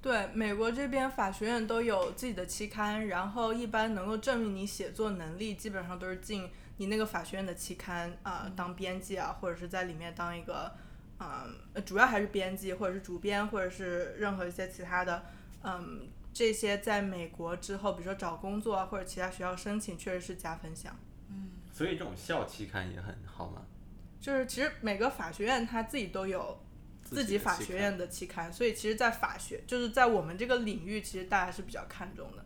Speaker 5: 对，美国这边法学院都有自己的期刊，然后一般能够证明你写作能力，基本上都是进你那个法学院的期刊啊、呃当编辑啊，或者是在里面当一个，嗯、呃主要还是编辑或者是主编，或者是任何一些其他的，嗯，这些在美国之后，比如说找工作啊或者其他学校申请，确实是加分项。
Speaker 2: 所以这种校期刊也很好嘛。
Speaker 5: 就是其实每个法学院它自己都有
Speaker 2: 自己的
Speaker 5: 自己法
Speaker 2: 期
Speaker 5: 学
Speaker 2: 刊
Speaker 5: 院的期刊，所以其实，在法学就是在我们这个领域，其实大家是比较看重的。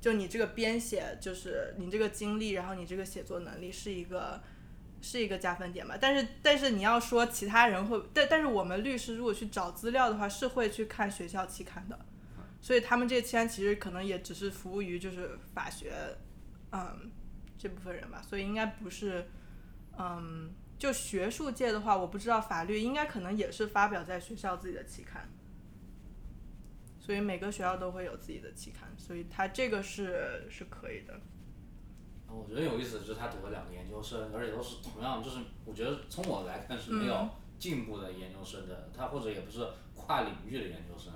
Speaker 5: 就你这个编写，就是你这个经历，然后你这个写作能力是一个是一个加分点吧。但是但是你要说其他人会，但但是我们律师如果去找资料的话，是会去看学校期刊的。
Speaker 2: 嗯
Speaker 5: 所以他们这些期刊其实可能也只是服务于就是法学，嗯，这部分人吧，所以应该不是，嗯，就学术界的话，我不知道法律应该可能也是发表在学校自己的期刊，所以每个学校都会有自己的期刊，所以它这个是是可以的。
Speaker 1: 我觉得有意思的就是他读了两个研究生，而且都是同样，就是我觉得从我来看是没有
Speaker 5: 嗯
Speaker 1: 进步的研究生的，他或者也不是跨领域的研究生，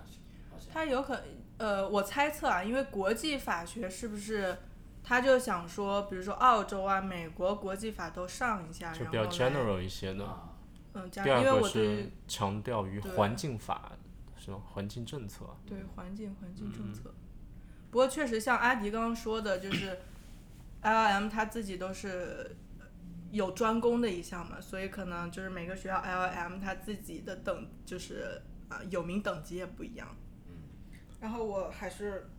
Speaker 1: 好像。
Speaker 5: 他有可呃，我猜测啊，因为国际法学是不是他就想说，比如说澳洲啊、美国国际法都上一下，
Speaker 3: 就
Speaker 5: 然
Speaker 3: 比较
Speaker 5: 后来
Speaker 3: general 一些的。
Speaker 5: 嗯加
Speaker 3: 第二
Speaker 5: 因为
Speaker 3: 个
Speaker 5: 我对
Speaker 3: 是强调于
Speaker 5: 对
Speaker 3: 环境法，是吗？环境政策。
Speaker 5: 对环境环境政
Speaker 3: 嗯
Speaker 5: 策。不过确实像阿迪刚刚说的，就是 LLM 它自己都是有专攻的一项嘛，所以可能就是每个学校 LLM 它自己的等就是啊、有名等级也不一样。然后我还是，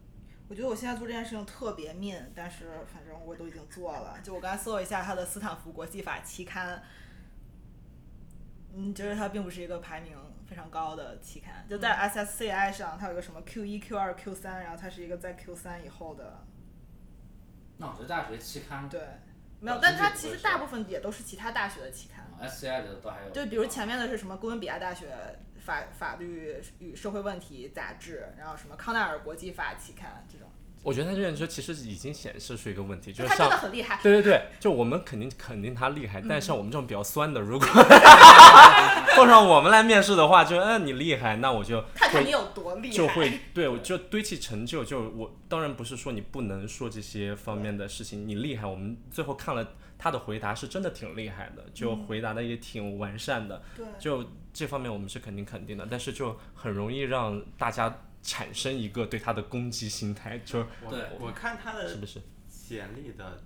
Speaker 5: 我觉得我现在做这件事情特别 mean，但是反正我都已经做了。就我刚才搜了一下它的斯坦福国际法期刊，嗯，就是它并不是一个排名非常高的期刊，就在 SSCI 上，它有个什么 Q 一、Q 二、Q 三，然后它是一个在 Q 三以后的。
Speaker 1: 那我觉得大学期刊
Speaker 5: 对没有，但它哦其实大部分也都是其嗯他大学的期刊，
Speaker 1: SCI 的倒还有，
Speaker 5: 就比如前面的是什么哥伦比亚大学法法律与社会问题杂志，然后什么康奈尔国际法期刊这种，
Speaker 3: 我觉得他这辆车其实已经显示出一个问题，就是
Speaker 6: 他
Speaker 3: 上
Speaker 6: 真的很厉害
Speaker 3: 对对对，就我们肯定肯定他厉害，但
Speaker 6: 嗯
Speaker 3: 像我们这种比较 酸的，如果碰上我们来面试的话，就嗯你厉害，那我就
Speaker 6: 看看
Speaker 3: 会
Speaker 6: 你有多厉害
Speaker 3: 就会对我就堆砌成就。就我当然不是说你不能说这些方面的事情，你厉害。我们最后看了他的回答是真的挺厉害的，就
Speaker 6: 嗯
Speaker 3: 回答的也挺完善的。
Speaker 6: 对
Speaker 3: 就这方面我们是肯定肯定的，但是就很容易让大家产生一个对他的攻击心态，就
Speaker 2: 对我看他的
Speaker 3: 是不是？
Speaker 2: 简历的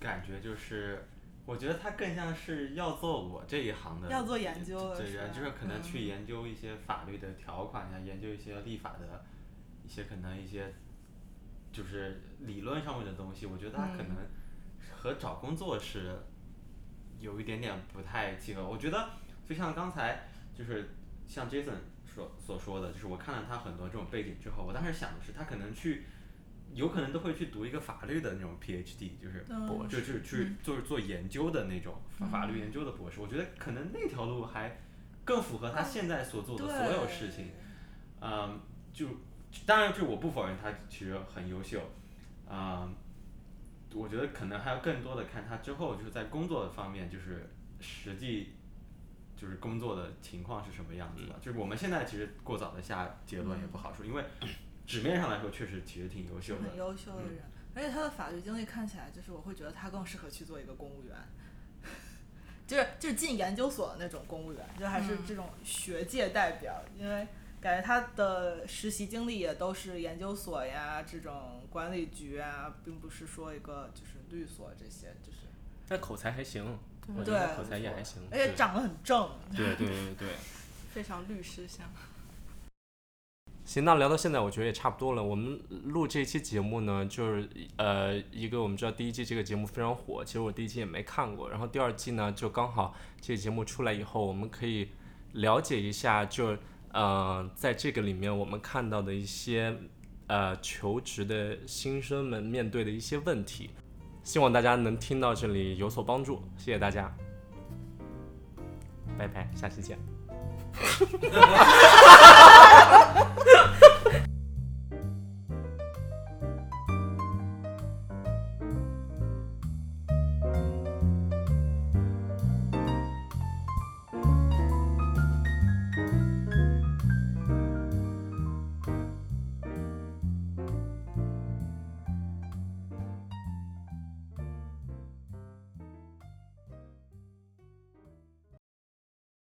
Speaker 2: 感觉就是，我觉得他更像是要做我这一行的，
Speaker 6: 要做研究了
Speaker 2: 对
Speaker 6: 是吧
Speaker 2: 人，就是可能
Speaker 6: 嗯
Speaker 2: 去研究一些法律的条款呀，研究一些立法的一些可能一些就是理论上面的东西。我觉得他可
Speaker 6: 嗯
Speaker 2: 能和找工作是有一点点不太契合。我觉得就像刚才就是像 Jason 说所说的，就是我看了他很多这种背景之后，我当时想的是他可能去。有可能都会去读一个法律的那种 PhD，就是
Speaker 6: 嗯博
Speaker 2: 就
Speaker 6: 士
Speaker 2: 是去
Speaker 6: 嗯
Speaker 2: 就是做研究的那种法
Speaker 6: 嗯
Speaker 2: 法律研究的博士。我觉得可能那条路还更符合他
Speaker 6: 哦
Speaker 2: 现在所做的所有事情。嗯，就当然，就我不否认他其实很优秀，嗯，我觉得可能还要更多的看他之后就是在工作方面就是实际就是工作的情况是什么样子的。就是我们现在其实过早的下结论也不好说，因为纸面上来说确实其实挺优秀的嗯
Speaker 6: 很，优秀的人，而且他的法律经历看起来，就是我会觉得他更适合去做一个公务员， 就是就是进研究所的那种公务员，就还是这种学界代表，因为感觉他的实习经历也都是研究所呀这种管理局啊，并不是说一个就是律所这些，就是
Speaker 3: 但口才还行，我觉
Speaker 6: 对
Speaker 3: 得他口才也还行，
Speaker 6: 而且
Speaker 3: 对
Speaker 6: 长得很正，
Speaker 3: 对对对 对。
Speaker 6: 非常律师相。
Speaker 3: 行，那聊到现在，我觉得也差不多了。我们录这期节目呢，就是呃，一个我们知道第一季这个节目非常火，其实我第一季也没看过。然后第二季呢，就刚好这个节目出来以后，我们可以了解一下就，呃，在这个里面我们看到的一些呃求职的新生们面对的一些问题。希望大家能听到这里有所帮助，谢谢大家，拜拜，下期见。